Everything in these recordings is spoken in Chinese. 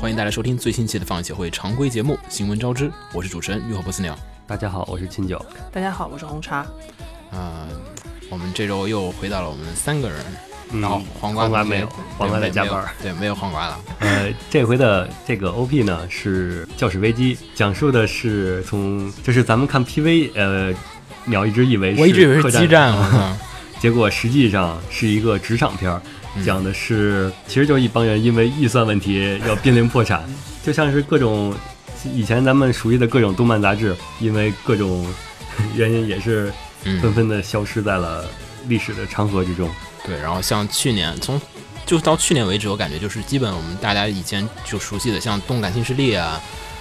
欢迎大家收听最新期的放协会常规节目《新闻招知》，我是主持人浴火不死鸟。大家好，我是清酒。大家好，我是红茶。啊、我们这周又回到了我们三个人，嗯然后黄瓜黄瓜同学没有对黄瓜在没加没有班儿对，没有黄瓜了。呃，这回的这个 OP 呢是《教室危机》，讲述的是从就是咱们看 PV，呃，鸟一直以为我一直以为客是激战，我操！结果实际上是一个职场片儿，嗯讲的是其实就一帮人因为预算问题要濒临破产，嗯就像是各种以前咱们熟悉的各种动漫杂志，因为各种原因也是纷嗯，纷的消失在了历史的长河之中。对。然后像去年从就到去年为止，我感觉就是基本我们大家以前就熟悉的，像《动感新势力》啊，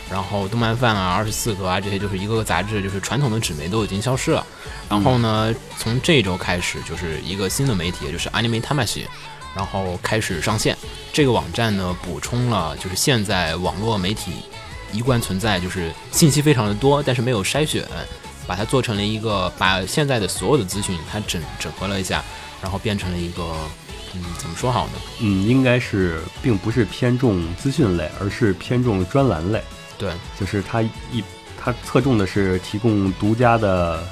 然后《动漫范》啊，《二十四格》啊，这些就是一个个杂志，就是传统的纸媒都已经消失了。然后呢，从这一周开始，就是一个新的媒体，也就是 Anime Tamashi，然后开始上线。这个网站呢，补充了就是现在网络媒体一贯存在，就是信息非常的多，但是没有筛选，把它做成了一个把现在的所有的资讯它整整合了一下，然后变成了一个嗯，怎么说好呢？嗯，应该是并不是偏重资讯类，而是偏重专栏类，对，就是它一它侧重的是提供独家的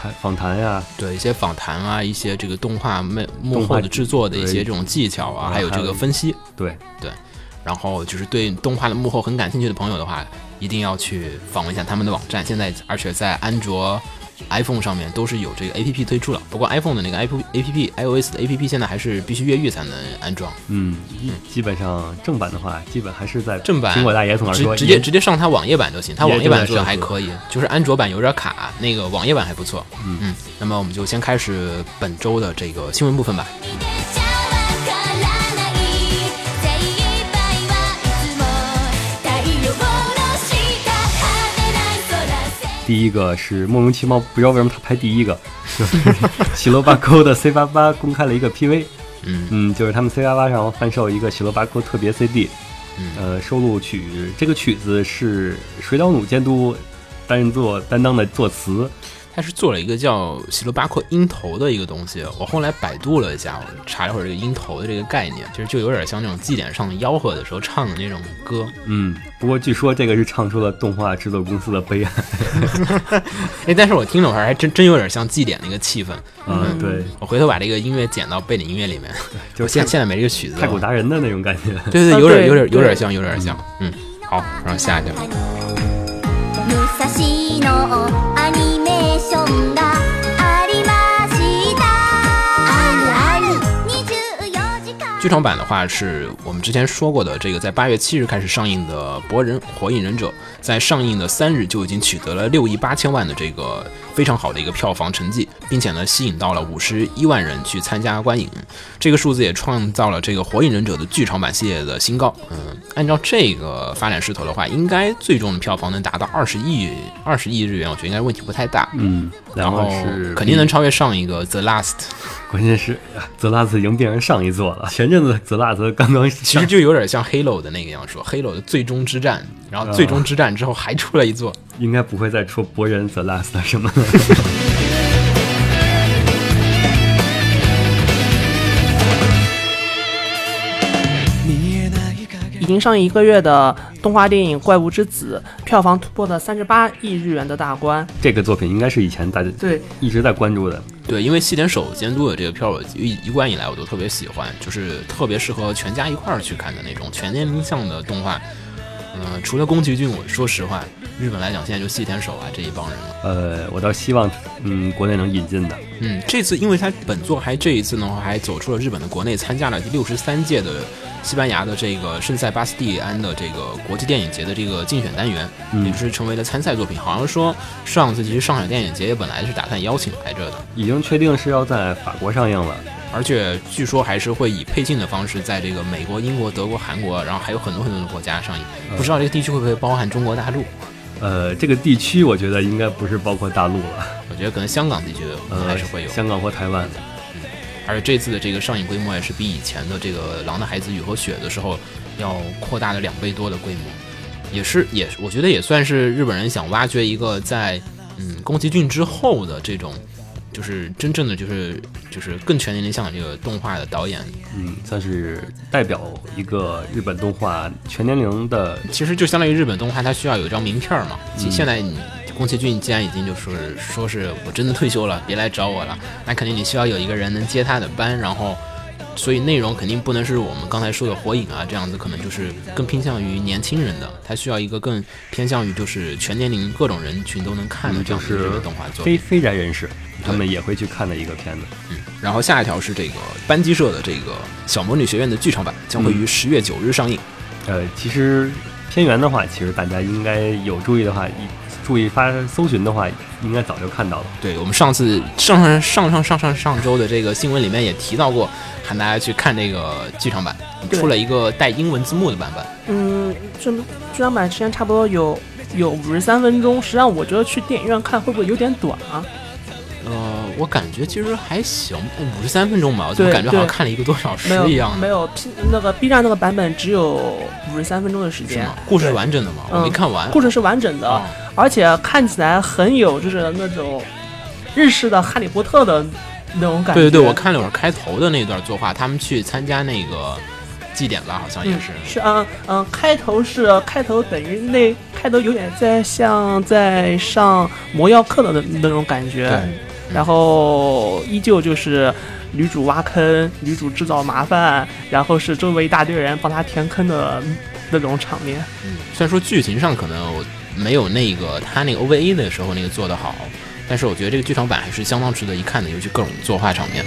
采访谈呀、对一些访谈啊，一些这个动画幕幕动后画的制作的一对些这种技巧啊，嗯还有这还个有分析。对，然后就是对动画的幕后很感兴趣的朋友的话，一定要去访问一下他们的网站。现在而且在安卓、iPhone 上面都是有这个 APP 推出了，不过 iPhone 的那个 Apple APP、iOS 的 APP 现在还是必须越狱才能安装。嗯，基本上正版的话，基本还是在正版苹果大爷从哪儿直说？直接直接上它网页版就行，它也网页版正在做的上还市可以，就是安卓版有点卡，那个网页版还不错。嗯嗯，那么我们就先开始本周的这个新闻部分吧。じゃわからない精一杯はいつも太陽の下派でない空第一个是莫名其妙，不知道为什么他排第 一个，就是喜罗巴沟的 C 八八公开了一个 PV，嗯嗯，就是他们 C 八八上贩售一个喜罗巴沟特别 CD，嗯呃，收录曲这个曲子是水岛努监督担任作担当的作词，他是做了一个叫希罗巴克鹰头的一个东西，我后来百度了一下，我查了会儿这个鹰头的这个概念，其实就有点像那种祭典上的吆喝的时候唱的那种歌。嗯，不过据说这个是唱出了动画制作公司的悲哀，哎，但是我听了会儿还真真有点像祭典那个气氛。嗯，对，我回头把这个音乐剪到背景音乐里面，就我现是现在没这个曲子了。太古达人的那种感觉，对对，啊有点对有点有点对像，有点像。嗯，好，然后下一条。武蔵野のアニメーションがありましたあるある24時間剧场版的话，是我们之前说过的，这个在八月七日开始上映的《博人火影忍者》，在上映的三日就已经取得了六亿八千万的这个非常好的一个票房成绩，并且呢吸引到了五十一万人去参加观影，这个数字也创造了这个《火影忍者》的剧场版系列的新高。嗯，按照这个发展势头的话，应该最终的票房能达到二十亿二十亿日元，我觉得应该问题不太大。嗯，然然后嗯后是哦肯定能超越上一个《The Last》。关键是啊泽拉斯已经变成上一座了。前阵子泽拉斯刚刚其其实就有点像 Halo 的那个样说，Halo 的最终之战，然后最终之战之后还出了一 座，应该不会再出博人泽拉斯什么。已经上映一个月的动画电影《怪物之子》，票房突破了三十八亿日元的大关。 这个作品应该是以前大家对，一直在关注的，对，因为细田守监督的这个片儿，我一一贯以来我都特别喜欢，就是特别适合全家一块儿去看的那种全年龄向的动画。嗯、除了宫崎骏，我说实话，日本来讲现在就细田守啊这一帮人了。呃，我倒希望嗯国内能引进的，嗯，这次因为他本作还这一次呢，还走出了日本的国内，参加了第六十三届的西班牙的这个圣塞巴斯蒂安的这个国际电影节的这个竞选单元，嗯也就是成为了参赛作品。好像说上次其实上海电影节也本来是打算邀请来着的，已经确定是要在法国上映了。而且据说还是会以配镜的方式在这个美国、英国、德国、韩国，然后还有很多很多的国家上映。嗯不知道这个地区会不会包含中国大陆？呃，这个地区我觉得应该不是包括大陆了，我觉得可能香港地区呃，还是会有。香港或台湾。而且这次的这个上映规模也是比以前的这个《狼的孩子雨和雪》的时候要扩大了两倍多的规模，也是也是我觉得也算是日本人想挖掘一个在嗯宫崎骏之后的这种就是真正的就是就是更全年龄向这个动画的导演，嗯，算是代表一个日本动画全年龄的，其实就相当于日本动画它需要有一张名片儿嘛。嗯其实现在你宫崎骏既然已经就是说是我真的退休了，别来找我了，那肯定你需要有一个人能接他的班，然后。所以内容肯定不能是我们刚才说的火影啊这样子，可能就是更偏向于年轻人的，它需要一个更偏向于就是全年龄各种人群都能看的这就样子的嗯是一个动画作品。嗯非非宅人士，他们也会去看的一个片子。然后下一条是这个班级社的这个《小魔女学院》的剧场版将会于嗯十月九日上映。呃，其实片源的话，其实大家应该有注意的话，一注意发搜寻的话，应该早就看到了。对我们上次上上上上上上上周的这个新闻里面也提到过，喊大家去看这个剧场版，对出了一个带英文字幕的版本。嗯，这剧场版时间差不多有有五十三分钟，实际上我觉得去电影院看会不会有点短啊？呃，我感觉其实还行，五十三分钟吧，我怎么对感觉好像对看了一个多小时没一样有呢没有，P 那个 B 站那个版本只有五十三分钟的时是间吗，？故事是完整的吗？我没嗯看完。故事是完整的，啊，而且看起来很有就是那种日式的哈利波特的那种感觉。对对对，我看了会儿开头的那段作画，他们去参加那个祭典吧，好像啊也嗯是。是嗯嗯，开头是开头等于那开头有点在像在上魔药课的那那种感觉，然后依旧就是女主挖坑，女主制造麻烦，然后是周围一大堆人帮她填坑的那种场面。嗯，虽然说剧情上可能我没有那个他那个 OVA 的时候那个做得好，但是我觉得这个剧场版还是相当值得一看的，尤其各种作画场面。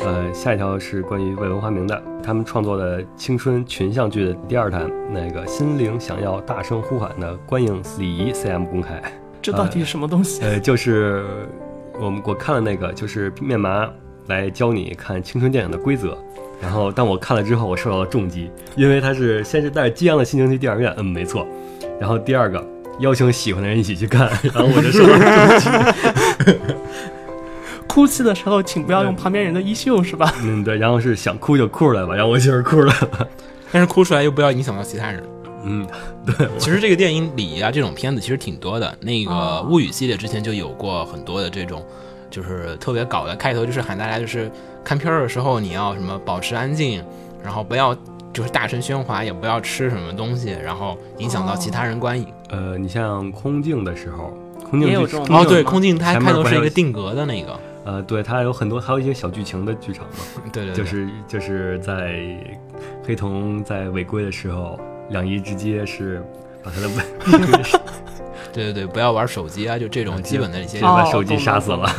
呃，下一条是关于未闻花名的，他们创作的青春群像剧的第二弹，那个心灵想要大声呼喊的观影礼仪 CM 公开。这到底是什么东西？ 呃，就是我们我看了那个，就是面麻来教你看青春电影的规则。然后当我看了之后，我受到了重击，因为他是先是带着激昂的心情去电影院，嗯，没错。然后第二个邀请喜欢的人一起去看，然后我就受到了重击。哭泣的时候请不要用旁边人的衣袖，是吧？嗯，对。然后是想哭就哭出来吧，然后我就是哭了。但是哭出来又不要影响到其他人。嗯，其实这个电影《礼仪》啊，这种片子其实挺多的。那个《哦物语》系列之前就有过很多的这种，就是特别搞的。开头就是喊大家，就是看片儿的时候你要什么保持安静，然后不要就是大声喧哗，也不要吃什么东西，然后影响到其他人观影。呃，你像空镜的时候，空镜也有剧这种空哦，哦镜对，吗空镜它前面开头不还是一有个定格的那个，呃，对，它有很多，还有一些小剧情的剧场嘛。对对对，就是就是在黑瞳在违规的时候，两仪直接是 把他的胃对对对，不要玩手机啊，就这种基本的一些嗯直接把哦手机懂杀了死了。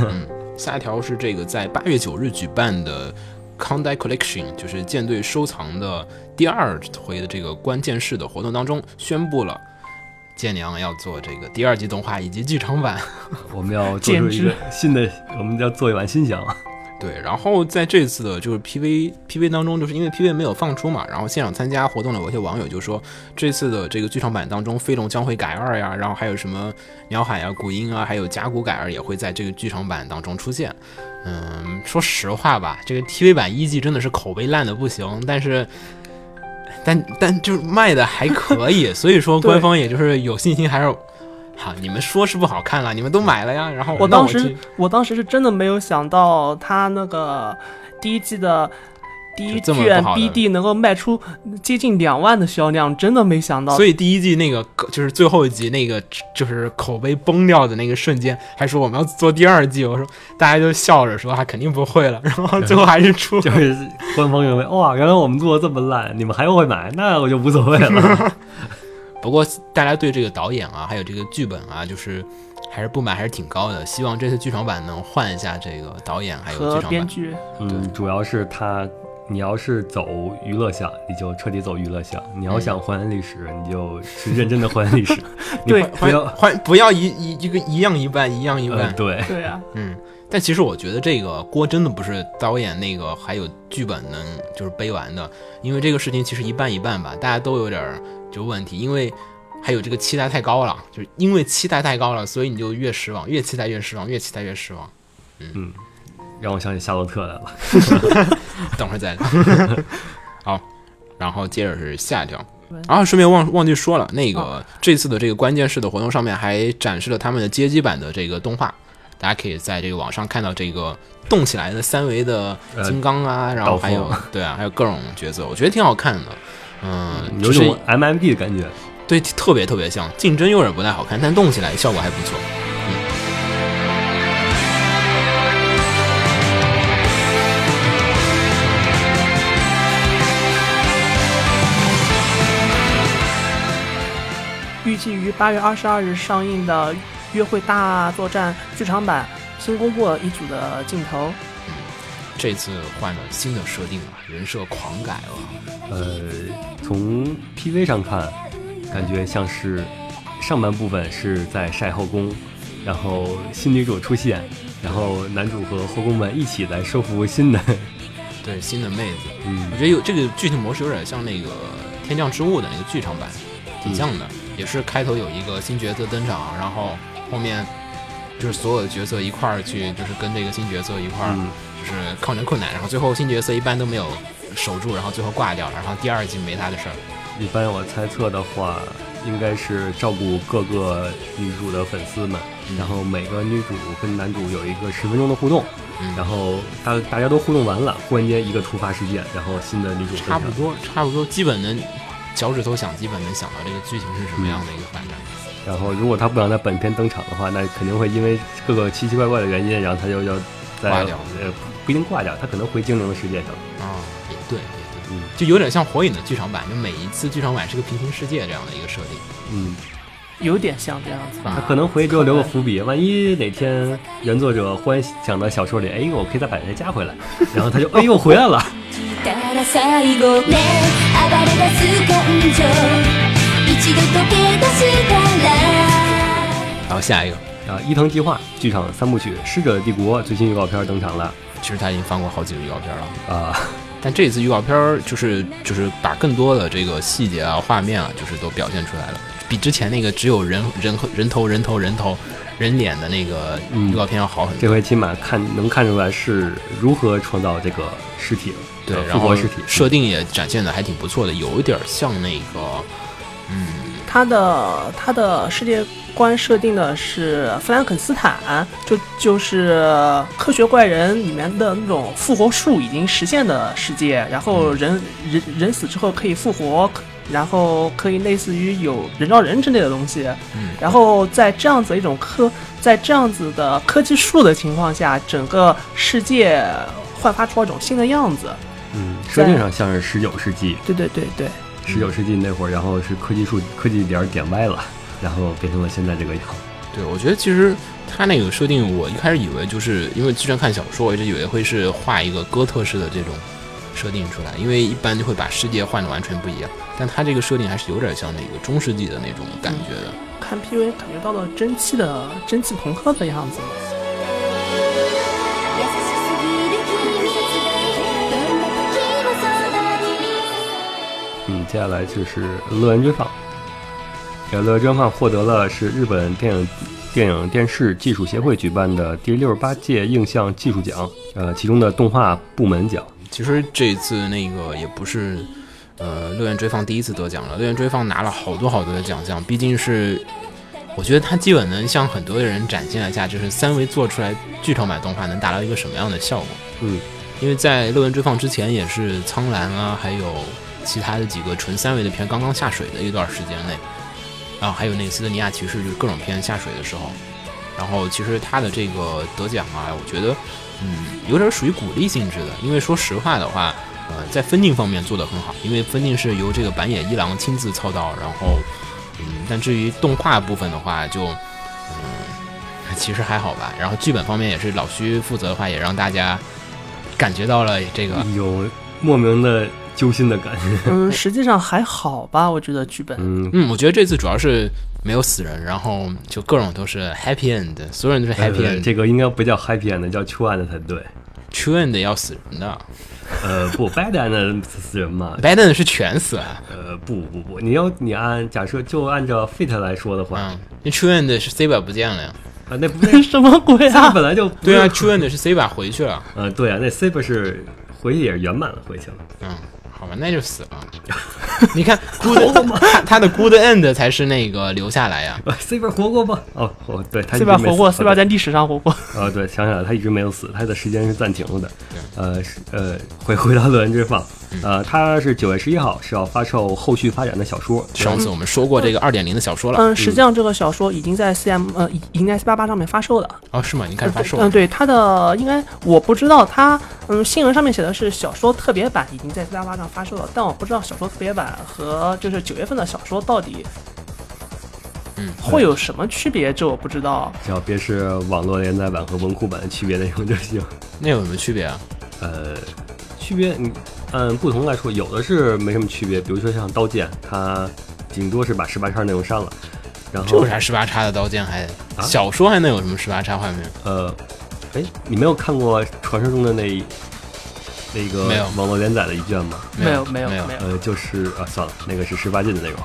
下一条是这个在八月九日举办的 Condai Collection，就是舰队收藏的第二回的这个关键式的活动当中，宣布了舰娘要做这个第二季动画以及剧场版。我们要做出一简个直新的，我们要做一碗新香。对，然后在这次的就是 PV PV 当中，就是因为 PV 没有放出嘛，然后现场参加活动的有些网友就说，这次的这个剧场版当中，飞龙将会改二呀，然后还有什么鸟海啊、古音啊，还有甲骨改二也会在这个剧场版当中出现。嗯，说实话吧，这个 TV 版一季真的是口碑烂的不行，但是。但但就是卖的还可以， 所以说对官方也就是有信心，还是好。你们说是不好看了，你们都买了呀。然后我那当去时我当时是真的没有想到他那个第一季的。第一就这么不卷好的 BD 能够卖出接近两万的销量，真的没想到。所以第一季那个就是最后一集那个就是口碑崩掉的那个瞬间，还说我们要做第二季，我说大家就笑着说他肯定不会了，然后最后还是出 就了。是官方认为，哇，原来我们做的这么烂，你们还会买，那我就无所谓了。不过大家对这个导演啊，还有这个剧本啊，就是还是不满还是挺高的，希望这次剧场版能换一下这个导演还有和剧场编版。剧，嗯，主要是他，你要是走娱乐向，你就彻底走娱乐向；你要想还原历史，你就是认真的还原历史。你对不换要，换不要一一一个一样一半一样一呃半，，对，对啊，嗯。但其实我觉得这个锅真的不是导演那个还有剧本能就是背完的，因为这个事情其实一半一半吧，大家都有点儿就问题，因为还有这个期待太高了，就是因为期待太高了，所以你就越失望，越期待越失望，越期待越失望。嗯，让我想起夏洛特来了。等会儿再聊。 好，然后接着是下一条。啊，顺便忘忘记说了，那个、这次的这个关键式的活动上面还展示了他们的街机版的这个动画，大家可以在这个网上看到这个动起来的三维的呃金刚啊，然后还有刀锋对啊，还有各种角色，我觉得挺好看的。嗯，有就是种 MMD 的感觉。对，特别特别像，竞争有点不太好看，但动起来效果还不错。预计于八月二十二日上映的《约会大作战》剧场版新公布了一组的镜头，这次换了新的设定啊，人设狂改了。呃，从 PV 上看，感觉像是上半部分是在晒后宫，然后新女主出现，然后男主和后宫们一起来收服新的， 对，新的妹子，嗯我觉得有这个剧情模式有点像那个《天降之物》的那个剧场版，挺嗯像的，也是开头有一个新角色登场，然后后面就是所有的角色一块儿去，就是跟这个新角色一块儿嗯就是抗争困难，然后最后新角色一般都没有守住，然后最后挂掉了，然后第二季没他的事儿。一般我猜测的话，应该是照顾各个女主的粉丝们，然后每个女主跟男主有一个十分钟的互动，嗯，然后大大家都互动完了，忽然间一个突发事件，然后新的女主登差场不。多，差不多，基本能脚趾头想，基本能想到这个剧情是什么样的一个发展。然后如果他不想在本片登场的话，那肯定会因为各个奇奇怪怪的原因，然后他就要在挂掉呃不一定挂掉，他可能回精灵的世界去了。啊，也对，也对，嗯就有点像火影的剧场版，就每一次剧场版是个平行世界这样的一个设定。嗯，有点像这样子。啊他可能回只有留个伏笔，万一哪天原作者忽然想到小说里，哎，我可以再把人家加回来，然后他就哎呦回来了。たら最後ね暴れ出す感情一度溶け出したら然后下一个，啊，伊藤计划剧场三部曲《逝者的帝国》最新预告片登场了其实他已经翻过好几个预告片了，啊，但这一次预告片儿就是就是把更多的这个细节啊、画面啊，就是都表现出来了，比之前那个只有人人和人头人头人头人脸的那个嗯预告片要好很多。这回起码看能看出来是如何创造这个尸体了，对呃，然复后活尸体。设定也展现的还挺不错的，有一点像那个，嗯，它的它的世界观设定的是弗兰肯斯坦，就就是科学怪人里面的那种复活术已经实现的世界，然后人人人死之后可以复活。可然后可以类似于有人造人之类的东西，嗯然后在这样子一种科，在这样子的科技树的情况下，整个世界焕发出了一种新的样子。嗯，设定上像是十九世纪，对对对对，十九世纪那会儿，然后是科技树科技点儿点歪了，然后变成了现在这个样子。对我觉得其实他那个设定，我一开始以为就是因为之前看小说，我一直以为会是画一个哥特式的这种设定出来，因为一般就会把世界换的完全不一样，但他这个设定还是有点像那个中世纪的那种感觉的。看 PV 感觉到了蒸汽的蒸汽朋克的样子。優しすぎる君どんな時もそばに嗯，接下来就是《乐园追放》。这《乐园追放》获得了是日本电影电影电视技术协会举办的第六十八届映像技术奖，呃，其中的动画部门奖。其实这次那个也不是，呃，乐园追放第一次得奖了，乐园追放拿了好多好多的奖项，毕竟是，我觉得他基本能向很多的人展现了一下，就是三维做出来剧场版动画能达到一个什么样的效果。嗯，因为在乐园追放之前，也是苍兰啊，还有其他的几个纯三维的片刚刚下水的一段时间内，然啊后还有那个斯德尼亚骑士，就是各种片下水的时候，然后其实他的这个得奖啊，我觉得，嗯，有点属于鼓励性质的，因为说实话的话，呃，在分镜方面做得很好，因为分镜是由这个板野一郎亲自操刀，然后，嗯，但至于动画部分的话，就，嗯，其实还好吧。然后剧本方面也是老徐负责的话，也让大家感觉到了这个，有莫名的揪心的感觉。嗯，实际上还好吧，我觉得剧本。嗯，嗯，我觉得这次主要是没有死人，然后就各种都是 happy end，所有人都是 happy 呃 end，这个应该不叫 happy end，叫 true end 才对。 true end 要死人的呃，不 bad end 死死人嘛。 ，bad end 是全死啊。呃，不不不，你要你按假设就按照 fate 来说的话，嗯，那 true end 是 C 版不见了呀。啊，那不是 什么鬼那啊？本来就不对啊，是，去问的是 C 吧回去了，呃，对啊，那 C 不是回去也是圆满了回去了，嗯，好吧，那就死 了。你看 good，他他的 good end 才是那个留下来呀、啊，C 边活过吗？哦，哦，对，他一直四百没活过，死四百啊在历史上活过。啊，对，想起来了他一直没有死，他的时间是暂停了的。呃，是呃，回回到乐园之放，呃，他是九月十一号是要发售后续发展的小说，上次我们说过这个二点零的小说啊了，嗯，实际上这个小说已经在 CM 呃已已经在 C 八八上面发售了。哦，是吗？你看发售了啊嗯，，对，它的应该我不知道它，嗯，新闻上面写的是小说特别版已经在 C 八八上发售了，但我不知道小说特别版和就是九月份的小说到底。嗯会有什么区别？这我不知道。只要别是网络连载版和文库版的区别内容就行。那有什么区别啊？呃，区别，嗯，按不同来说，有的是没什么区别，比如说像《刀剑》，它顶多是把十八叉内容删了，然这后有啥十八叉的刀剑还、啊小说还能有什么十八叉画面？呃，哎，你没有看过传说中的那一那个没有网络连载的一卷吗？没有没有没有没有，呃，就是啊，算了，那个是十八禁的内容。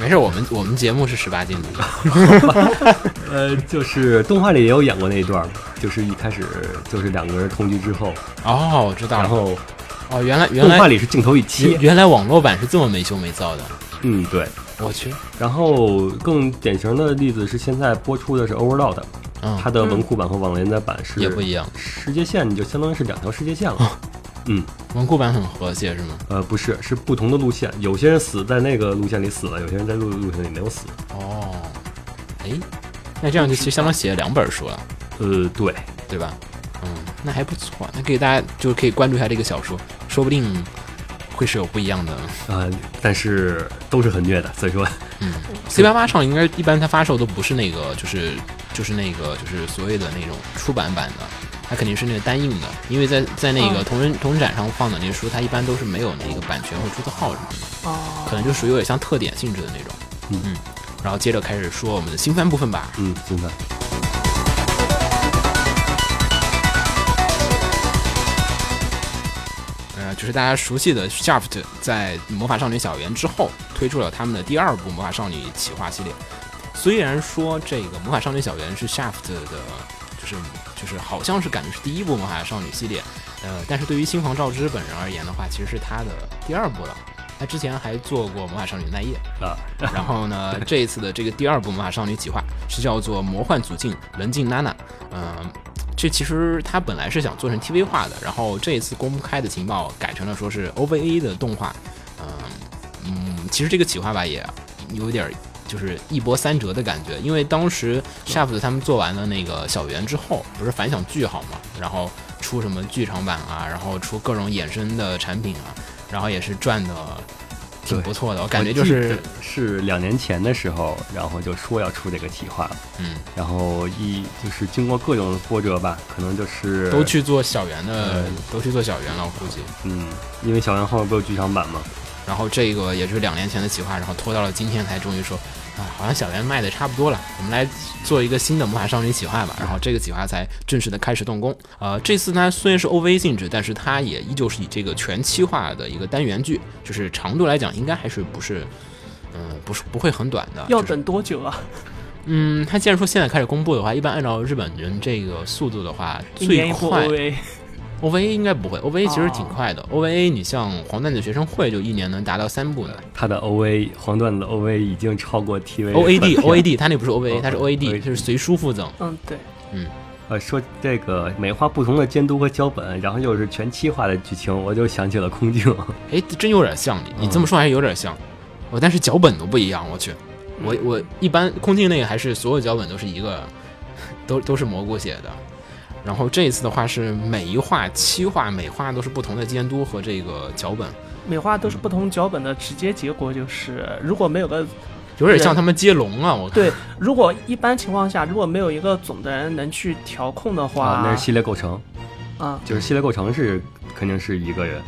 没事，我们我们节目是十八禁的，啊呃，就是动画里也有演过那一段儿，就是一开始就是两个人同居之后，哦，我知道然了，后哦，原来原动画来里是镜头一切原，原来网络版是这么没羞没臊的，嗯，对。我去，然后更典型的例子是现在播出的是《Overlord》，嗯，它的文库版和网连载版是也不一样，哦世界线，你就相当于是两条世界线了。嗯，文库版很和谐是吗？呃，不是，是不同的路线，有些人死在那个路线里死了，有些人在路路线里没有死。哦，哎，那这样就其实相当于写了两本书了，呃，对，对吧？嗯，那还不错，那给大家就可以关注一下这个小说，说不定会是有不一样的。呃，但是都是很虐的，所以说嗯，C 八八上应该一般它发售都不是那个，就是就是那个就是所谓的那种出版版的，它肯定是那个单印的，因为在在那个同人同人展上放的那些书，它一般都是没有那个版权或注册号什么的，哦，可能就属于有点像特点性质的那种。嗯嗯，然后接着开始说我们的新番部分吧。嗯，现在呃，就是大家熟悉的 Shaft 在《魔法少女小圆》之后推出了他们的第二部《魔法少女企划》系列。虽然说这个《魔法少女小圆》是 Shaft 的，就是就是好像是感觉是第一部《魔法少女》系列，呃，但是对于新房照之本人而言的话，其实是他的第二部了。他之前还做过《魔法少女奈叶》，啊，然后呢，这一次的这个第二部《魔法少女企划》是叫做《魔幻组境人境娜娜》。嗯，这其实它本来是想做成 TV 化的，然后这一次公开的情报改成了说是 OVA 的动画。嗯嗯，其实这个企划吧也有点儿就是一波三折的感觉，因为当时 Shaft 他们做完了那个小圆之后，不是反响巨好嘛，然后出什么剧场版啊，然后出各种衍生的产品啊，然后也是赚的。挺对不错的，我感觉我就记是得是两年前的时候，然后就说要出这个企划了，嗯，然后一就是经过各种波折吧，可能就是都去做小圆的，都去做小圆了，我估计。嗯，因为小圆后面不有剧场版嘛，然后这个也是两年前的企划，然后拖到了今天才终于说，啊，好像小圆卖的差不多了，我们来做一个新的魔法少女企划吧。然后这个企划才正式的开始动工。呃，这次它虽然是 OVA 性质，但是它也依旧是以这个全期化的一个单元剧，就是长度来讲，应该还是不是。嗯，不是不会很短的，要就是等多久啊？嗯，它既然说现在开始公布的话，一般按照日本人这个速度的话，一年最一部快 OVA， OVA 应该不会，OVA 哦其实挺快的。OVA 你像黄段子学生会就一年能达到三部呢。他的 OVA 黄段子 OVA 已经超过 TV OAD 本片 OAD 它那不是 OVA，哦它是 OAD OAD，它是随书附赠。嗯，对，呃，说这个美化不同的监督和脚本，然后又是全期化的剧情，我就想起了空镜。哎，真有点像嗯你，你这么说还有点像。我但是脚本都不一样，我去。嗯我我一般空镜那个还是所有脚本都是一个，都都是蘑菇写的。然后这一次的话是每一画七画，每画都是不同的监督和这个脚本，美化都是不同脚本的直接结果，就是如果没有个有点对嗯像他们接龙啊！我看对，如果一般情况下，如果没有一个总的人能去调控的话，啊，那是系列构成，啊就是系列构成是肯定是一个人。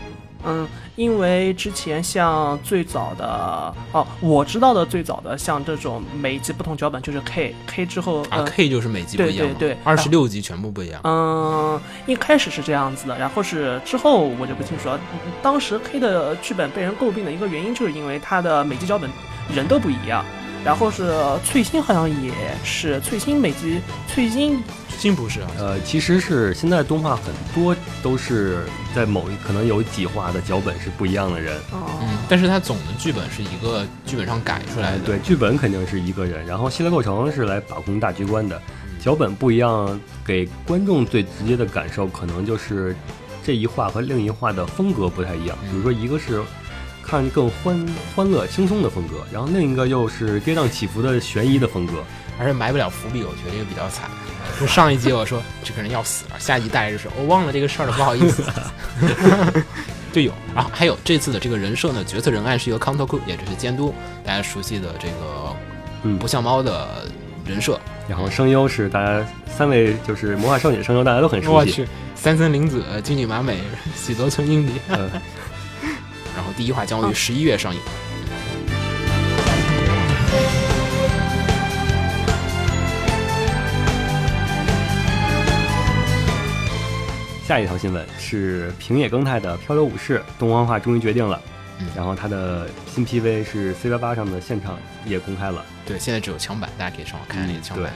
嗯，因为之前像最早的哦，我知道的最早的像这种每一集不同脚本就是 K K 之后，啊呃、 K 就是每集不对一样嘛，对对二十六集全部不一样。嗯，一开始是这样子的，然后是之后我就不清楚了。当时 K 的剧本被人诟病的一个原因，就是因为他的每集脚本人都不一样，然后是翠星好像也是翠星每集翠星并不是啊，呃，其实是现在动画很多都是在某一可能有几画的脚本是不一样的人，哦嗯，但是它总的剧本是一个剧本上改出来的，对，剧本肯定是一个人，然后系列构成是来把控大局观的，脚本不一样，给观众最直接的感受可能就是这一画和另一画的风格不太一样，比如说一个是看更欢欢乐轻松的风格，然后另一个又是跌宕起伏的悬疑的风格，还是埋不了伏笔，我觉得也比较惨。就上一集我说 这个人要死了，下一集大概就是我、忘了这个事儿了，不好意 思。就有，然后还有这次的这个人设呢，角色人案是由康特库，也就是监督大家熟悉的这个嗯不像猫的人设。然后声优是大家三位就是魔法少女声优大家都很熟我悉，去，三森林子、金井麻美、 喜多村英里，呃， 然后第一话将于十一月上映。下一条新闻是平野耕太的《漂流武士》东方化终于决定了，嗯然后他的新 PV 是 C 八八上的现场也公开了，对，现在只有枪版，大家可以上网看嗯看那个枪版。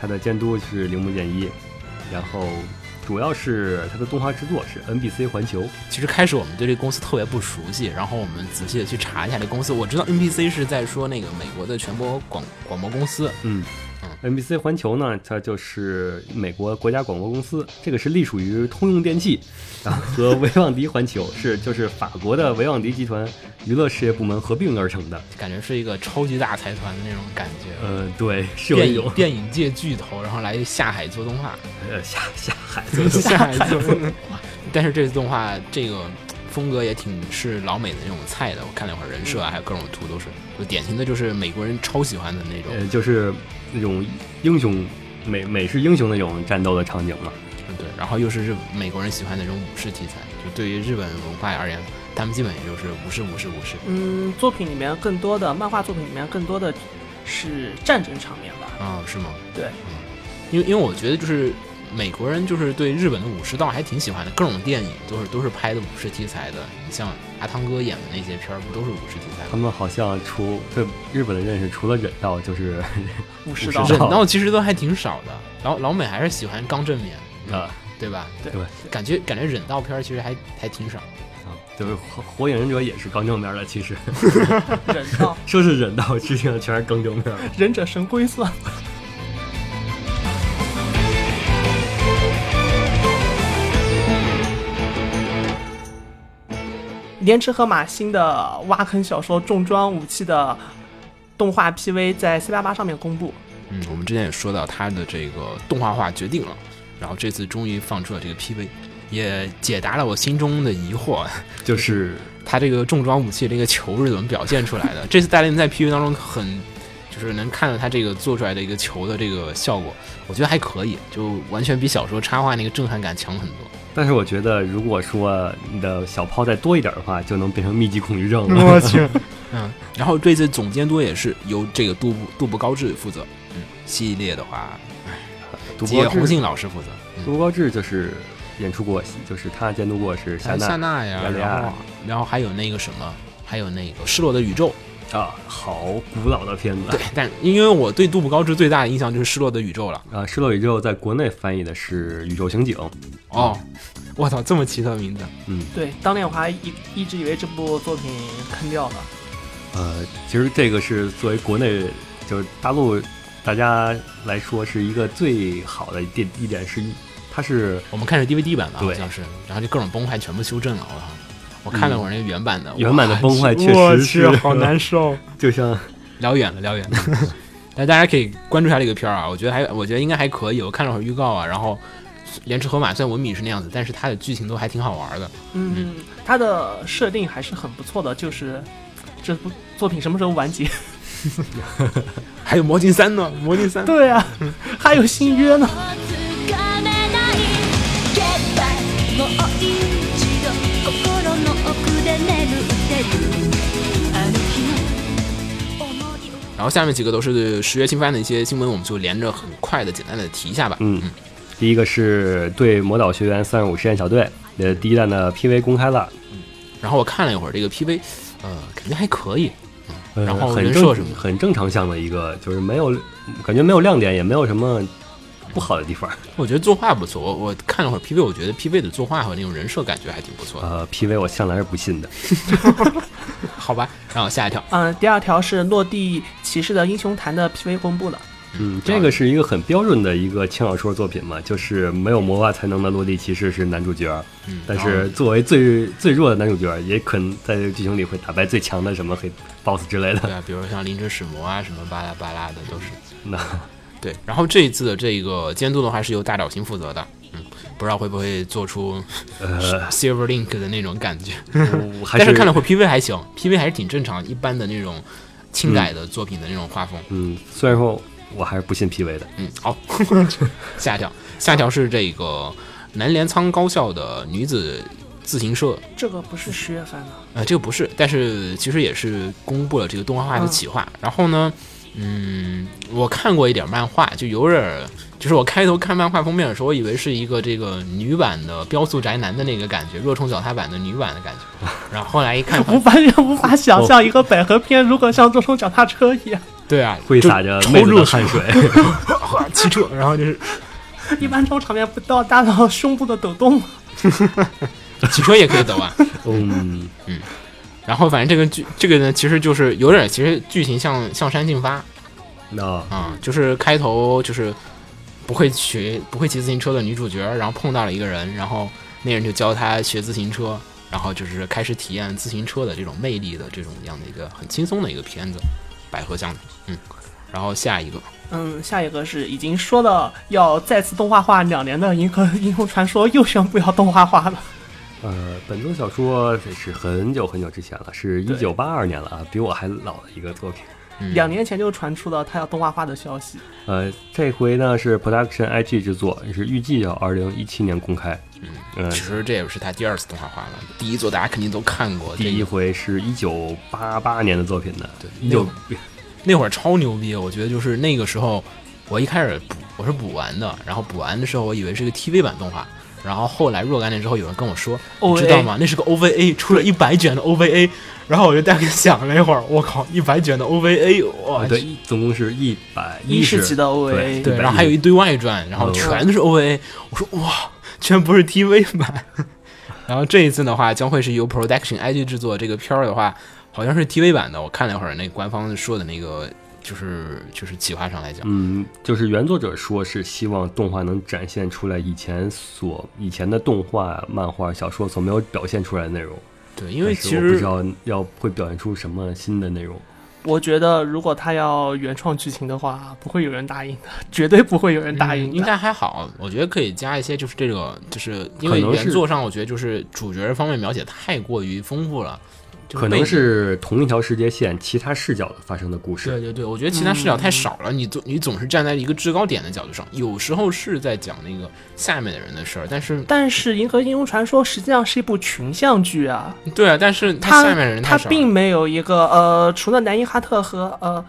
他的监督是铃木健一，然后主要是他的动画制作是 NBC 环球，其实开始我们对这个公司特别不熟悉，然后我们仔细的去查一下这公司。我知道 NBC 是在说那个美国的全国广广播公司，嗯。NBC 环球呢，它就是美国国家广播公司，这个是隶属于通用电气，然后和维旺迪环球 是就是法国的维旺迪集团娱乐事业部门合并而成的。感觉是一个超级大财团的那种感觉。呃，对，是有电一种影电影界巨头，然后来下海做动 画，呃下下海下海做动画。但是这次动画这个风格也挺是老美的那种菜的，我看了一会儿人设啊，还有各种图都是，就典型的就是美国人超喜欢的那种。呃，就是那种英雄美美式英雄那种战斗的场景嘛。对，然后又是日美国人喜欢的那种武士题材，就对于日本文化而言，他们基本也就是武士武士武士。嗯，作品里面更多的漫画作品里面更多的是战争场面吧。啊、是吗？对嗯，因为因为我觉得就是美国人就是对日本的武士道还挺喜欢的，各种电影都是都是拍的武士题材的。你像阿汤哥演的那些片儿，不都是武士题材他吗？们好像除对日本的认识，除了忍道就是 武士武士道道忍道其实都还挺少的，老老美还是喜欢刚正面，啊，对吧？对对感觉感觉忍道片儿其实还还挺少。啊就是火火影忍者也是刚正面的。其实 忍道，说是忍道，实际上全是刚正面的。忍者神龟算。莲池河马新的挖坑小说《重装武器》的动画 PV 在 C 八八上面公布，嗯，我们之前也说到它的这个动画化决定了，然后这次终于放出了这个 PV，也解答了我心中的疑惑。就是他这个重装武器这个球是怎么表现出来的？这次大连在 PV 当中很，就是能看到他这个做出来的一个球的这个效果，我觉得还可以，就完全比小说插画那个震撼感强很多。但是我觉得，如果说你的小炮再多一点的话，就能变成密集恐惧症了。我去，嗯，然后这次总监督也是由这个杜布杜布高志负责，嗯，系列的话，独吉野播红志，杏老师负责，嗯，独播志就是演出过，就是他监督过是夏夏娜娜呀，雅利亚然后然后还有那个什么，还有那个失落的宇宙，啊，好古老的片子。对，但因为我对杜布高志最大的印象就是失落的宇宙了。啊，《失落宇宙》在国内翻译的是《宇宙刑警》。哦，我操，这么奇特的名字。嗯，对，当年我还一一直以为这部作品坑掉了，呃，其实这个是作为国内就是大陆大家来说是一个最好的一点一点是，它是我们看是 DVD 版吧，好对像是，然后就各种崩坏全部修正了，我操！我看了会儿那个原版的，嗯原版的哇崩坏确实是，受。嗯就像 聊远了，聊远了。 但大家可以关注一下这个片儿啊，我觉得还，我觉得应该还可以。我看了会儿预告啊，然后莲池河马虽然文笔是那样子，但是它的剧情都还挺好玩的。嗯，它的设定还是很不错的，就是这部作品什么时候完结？还有魔镜三呢，魔镜三，对啊，还有新约呢。掴めないけどもう一度心の奥で眠ってるあの日の思いを然后下面几个都是十月新番的一些新闻，我们就连着很快的、简单的提一下吧。嗯， 第一个是对魔导学员三十五实验小队的第一弹的 PV 公开了。然后我看了一会儿这个 PV，呃，感觉还可以，呃然后很人正设什么的很正常向的一个，就是没有感觉没有亮点，也没有什么不好的地方。我觉得作画不错，我我看了会儿 PV，我觉得 PV 的作画和那种人设感觉还挺不错的，呃，PV 我向来是不信的，好吧。然后下一条，嗯，第二条是《落地骑士的英雄坛》的 PV 公布了，嗯，这个是一个很标准的一个轻小说作品嘛，就是没有魔法才能的落地骑士是男主角，嗯，但然是后作为最最弱的男主角，也可能在剧情里会打败最强的什么黑 boss 之类对的。啊，比如像临阵使魔啊，什么巴拉巴拉的都是。那 对，然后这一次的这个监督的话是由大岛星负责的，嗯，不知道会不会做 出呃， Silver Link 的那种感觉，我还但是是看了会儿 PV 还行，PV 还是挺正常，一般的那种轻改的作品的那种画风。嗯，虽然说我还是不信 PV 的，嗯， 好，下一条，下一条是这个南镰仓高校的女子自行社，这个不是十月份啊吗？呃，这个不是，但是其实也是公布了这个动画化的企划。然后呢，嗯，我看过一点漫画，就有点儿，就是我开头看漫画封面的时候，我以为是一个这个女版的《雕塑宅男》的那个感觉，若冲脚踏版的女版的感觉。然后后来一看，无法无法想象一个百合片如果像这种脚踏车一样，对啊，挥就洒着超妹子热的血 汗水。哗骑车，然后就是 一般这种场面不到大到胸部的抖动吗？骑车也可以抖啊。 嗯，然后反正这个剧，这个呢，其实就是有点儿，其实剧情像像山进发，那啊、就是开头就是不会学不会骑自行车的女主角，然后碰到了一个人，然后那人就教她学自行车，然后就是开始体验自行车的这种魅力的这种样的一个很轻松的一个片子，百合酱的，嗯，然后下一个，嗯，下一个是已经说了要再次动画化两年的《银河英雄传说》又宣布要动画化了。呃，本宗小说这是很久很久之前了，是一九八二年了啊，比我还老的一个作品。嗯、两年前就传出了它要动画化的消息，呃，这回呢是 Production IG 制作，是预计要二零一七年公开。嗯，其实这也是他第二次动画化了，第一作大家肯定都看过，这第一个回是一九八八年的作品呢，对一九那会儿超牛逼，我觉得就是那个时候，我一开始补我是补完的，然后补完的时候我以为是个 TV 版动画，然后后来若干年之后有人跟我说，你 OVA 知道吗？那是个 OVA，出了一百卷的 OVA，然后我就大概想了一会儿，我靠，一百卷的 OVA，哇，哦对，一总共是一百一世纪级的 OVA 对，然后还有一堆外传，然后全都是 OVA，我说哇，全不是 TV 版。 然后这一次的话，将会是由 Production IG 制作。这个片儿的话，好像是 TV 版的。我看了一会儿那官方说的那个，就是就是企划上来讲，嗯，就是原作者说是希望动画能展现出来以前所以前的动画、漫画、小说所没有表现出来的内容，对，因为但是其我不实知道要会表现出什么新的内容。我觉得如果他要原创剧情的话，不会有人答应的，绝对不会有人答应嗯的。应该还好，我觉得可以加一些，就是这个，就是因可为能原是作上，我觉得就是主角方面描写太过于丰富了，就是可背能景是同一条世界线，其他视角发生的故对事。对对，我觉得其他视角太少了，你总你总是站在一个制高点的角度上，有时候是在讲那个下面的人的事儿，但是但是《银河英雄传说》实际上是一部群像剧啊，对啊，但是他它下面的人太它少了，并没有一个呃，除了南伊哈特和呃，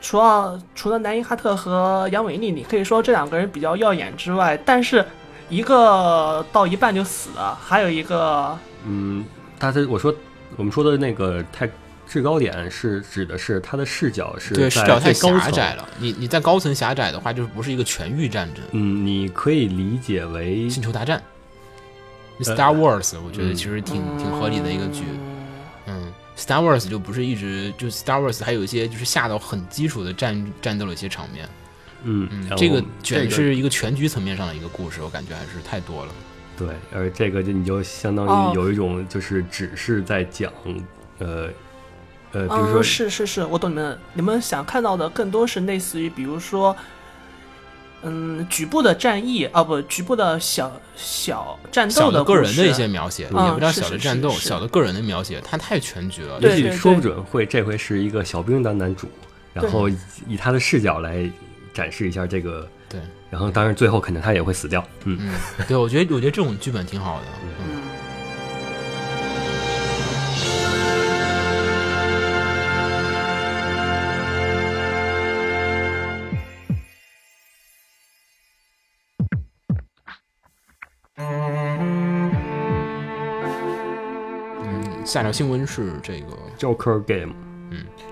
除了除了南伊哈特和杨伟丽，你可以说这两个人比较耀眼之外，但是一个到一半就死了，还有一个嗯，大家我说我们说的那个太制高点是指的是它的视角是对视角在太最高狭层。窄了。你你在高层狭窄的话，就是不是一个全域战争，嗯，你可以理解为星球大战呃，Star Wars，我觉得嗯其实挺挺合理的一个剧。嗯嗯，Star Wars 就不是一直就 Star Wars 还有一些就是下到很基础的战战斗的一些场面，嗯嗯，然后这个这卷个是一个全局层面上的一个故事，我感觉还是太多了。对，而这个就你就相当哦于有一种就是只是在讲，呃，呃，比如说、嗯，是是是，我懂你们。你们想看到的更多是类似于，比如说，嗯，局部的战役啊，不，局部的小小战小斗的的个故人的一事些描写，嗯也不叫是小的是战斗，是是小的个人的描写，它太全局了。对也许说不准会这回是一个小兵当男主，然对后以以他的视角来展示一下这个，对，然后当然最后肯定他也会死掉，嗯，嗯，对，我觉得我觉得这种剧本挺好的。嗯，嗯嗯下条新闻是这个嗯嗯 Joker Game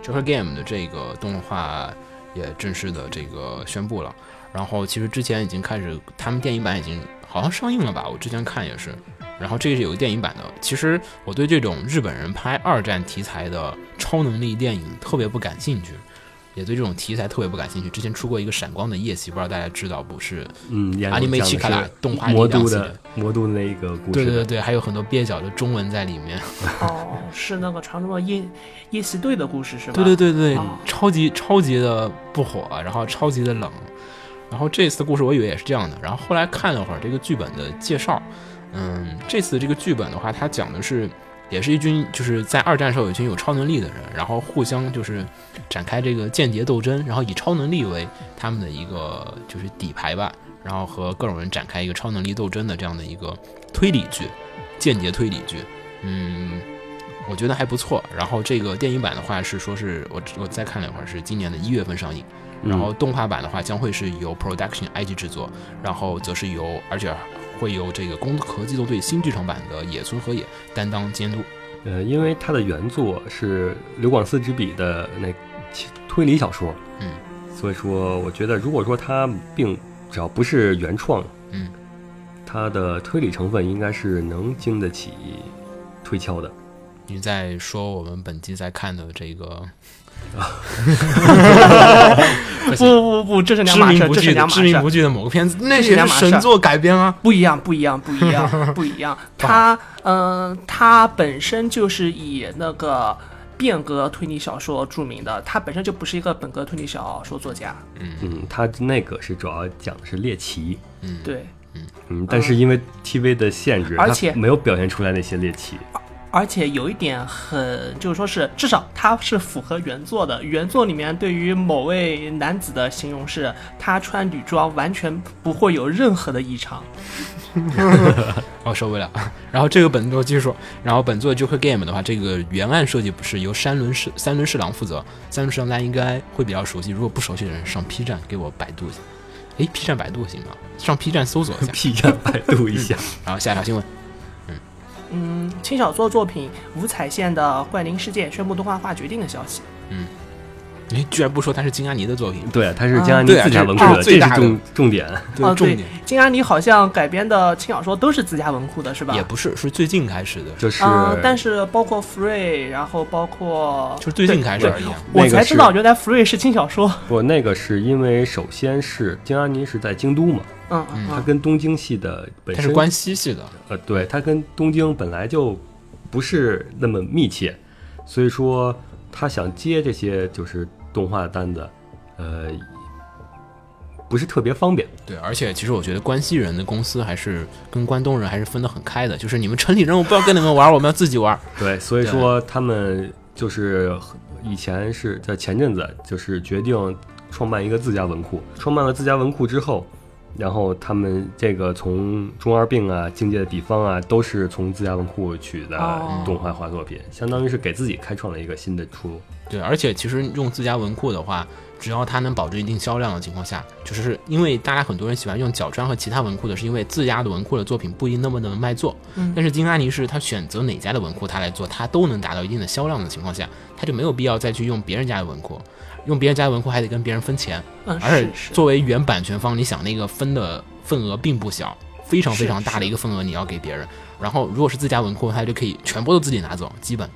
Joker Game 的这个动画也正式的这个宣布了。然后其实之前已经开始，他们电影版已经好像上映了吧？我之前看也是。然后这个是有个电影版的。其实我对这种日本人拍二战题材的超能力电影特别不感兴趣，也对这种题材特别不感兴趣。之前出过一个《闪光的夜袭》，不知道大家知道不是？嗯，演阿尼梅奇卡拉动画魔力量都系的列魔都那个故对事，对对对，还有很多蹩脚的中文在里面。哦，是那个传说中的夜夜袭队的故事是吧？对对对对，哦超级超级的不火，然后超级的冷。然后这次故事我以为也是这样的，然后后来看了会儿这个剧本的介绍，嗯，这次这个剧本的话，它讲的是也是一群就是在二战时候有一群有超能力的人，然后互相就是展开这个间谍斗争，然后以超能力为他们的一个就是底牌吧，然后和各种人展开一个超能力斗争的这样的一个推理剧，间谍推理剧，嗯，我觉得还不错。然后这个电影版的话是说是我我再看了一会儿，是今年的一月份上映。嗯然后动画版的话将会是由 Production IG 制作，然后则是由而且会由这个《攻壳机动队》新剧场版的野村和也担当监督。呃，因为它的原作是刘广四之笔的那其推理小说，嗯，所以说我觉得如果说它并只要不是原创，嗯，它的推理成分应该是能经得起推敲的。你在说我们本季在看的这个不不不，这是两知码事名儿，不这是具的两码知事名儿不，具的某个片子，那是也两是码事神儿作改编啊。不一样，不一样，不一 样，不一样。它，嗯，它本身就是以那个变革推理小说著名的，它本身就不是一个本格推理小说作家。嗯，它那个是主要讲的是猎奇，嗯，，对，嗯，但是因为 TV 的限制，而它且没有表现出来那些猎奇。，而且有一点很，就是说是至少它是符合原作的。原作里面对于某位男子的形容是，他穿女装完全不会有任何的异常。哦，受不了。 然后这个本作技术，然后本作 Joker Game 的话，这个原案设计不是由山轮侍三轮侍郎负责，三轮侍郎大家应该会比较熟悉，如果不熟悉的人上 P 站给我百度一下。诶 p 站百度行吗？上 P 站搜索一下 P 站百度一下，然后下一条新闻。嗯，轻小说作品《五彩线的怪灵世界》宣布动画化决定的消息。诶，居然不说它是金阿尼的作品，对，它是江安妮对啊自家这文这库是的，最这大是的重重点。对，哦，重对点，金安妮好像改编的轻小说都是自家文库的，是吧？也不是，是最近开始的，就是，嗯，但是包括 Free，然后包括就是最近开始而已啊。我那个才知道是原来 Free 是轻小说。不，那个是因为首先是江安妮是在京都嘛，嗯嗯它嗯，跟东京系的本它身是关西系的，呃，对，它跟东京本来就不是那么密切，所以说他想接这些就是动画的单子，呃，不是特别方便。对，而且其实我觉得关西人的公司还是跟关东人还是分得很开的，就是你们城里人我不要跟你们玩，我们要自己玩。 对，所以对说他们就是以前是在前阵子就是决定创办一个自家文库，创办了自家文库之后，然后他们这个从中二病啊、境界的比方啊，都是从自家文库取的哦动画化作品，相当于是给自己开创了一个新的出路。对，而且其实用自家文库的话，只要它能保证一定销量的情况下，就是因为大家很多人喜欢用角川和其他文库的，是因为自家的文库的作品不一定那么能卖座。嗯但是金安妮是他选择哪家的文库他来做，他都能达到一定的销量的情况下，他就没有必要再去用别人家的文库，用别人家的文库还得跟别人分钱，嗯，而且是是。作为原版权方，你想那个分的份额并不小，非常非常是大的一个份额你要给别人。然后如果是自家文库，他就可以全部都自己拿走，基本。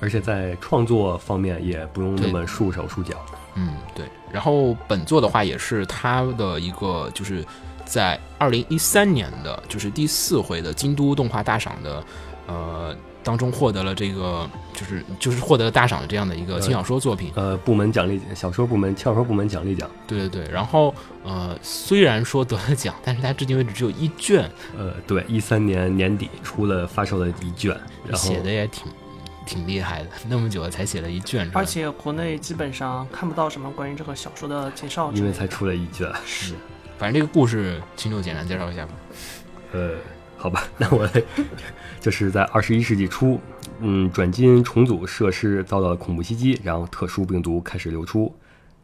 而且在创作方面也不用那么束手束脚。嗯，对。然后本作的话也是他的一个，就是在二零一三年的，就是第四回的京都动画大赏的，呃，当中获得了这个，就是就是获得了大赏的这样的一个轻小说作品。呃，部门奖励小说部门、小说部门奖励奖，对对对。然后呃，虽然说得了奖，但是他至今为止只有一卷，呃，对，一三年年底出了发售了一卷，然后写的也挺挺厉害的，那么久了才写了一卷是吧，而且国内基本上看不到什么关于这个小说的介绍之因类为的，才出了一卷，是反正这个故事，秦六简单介绍一下吧。呃，好吧， 那我来，就是在二十一世纪初，嗯，转基因重组设施遭到了恐怖袭击，然后特殊病毒开始流出。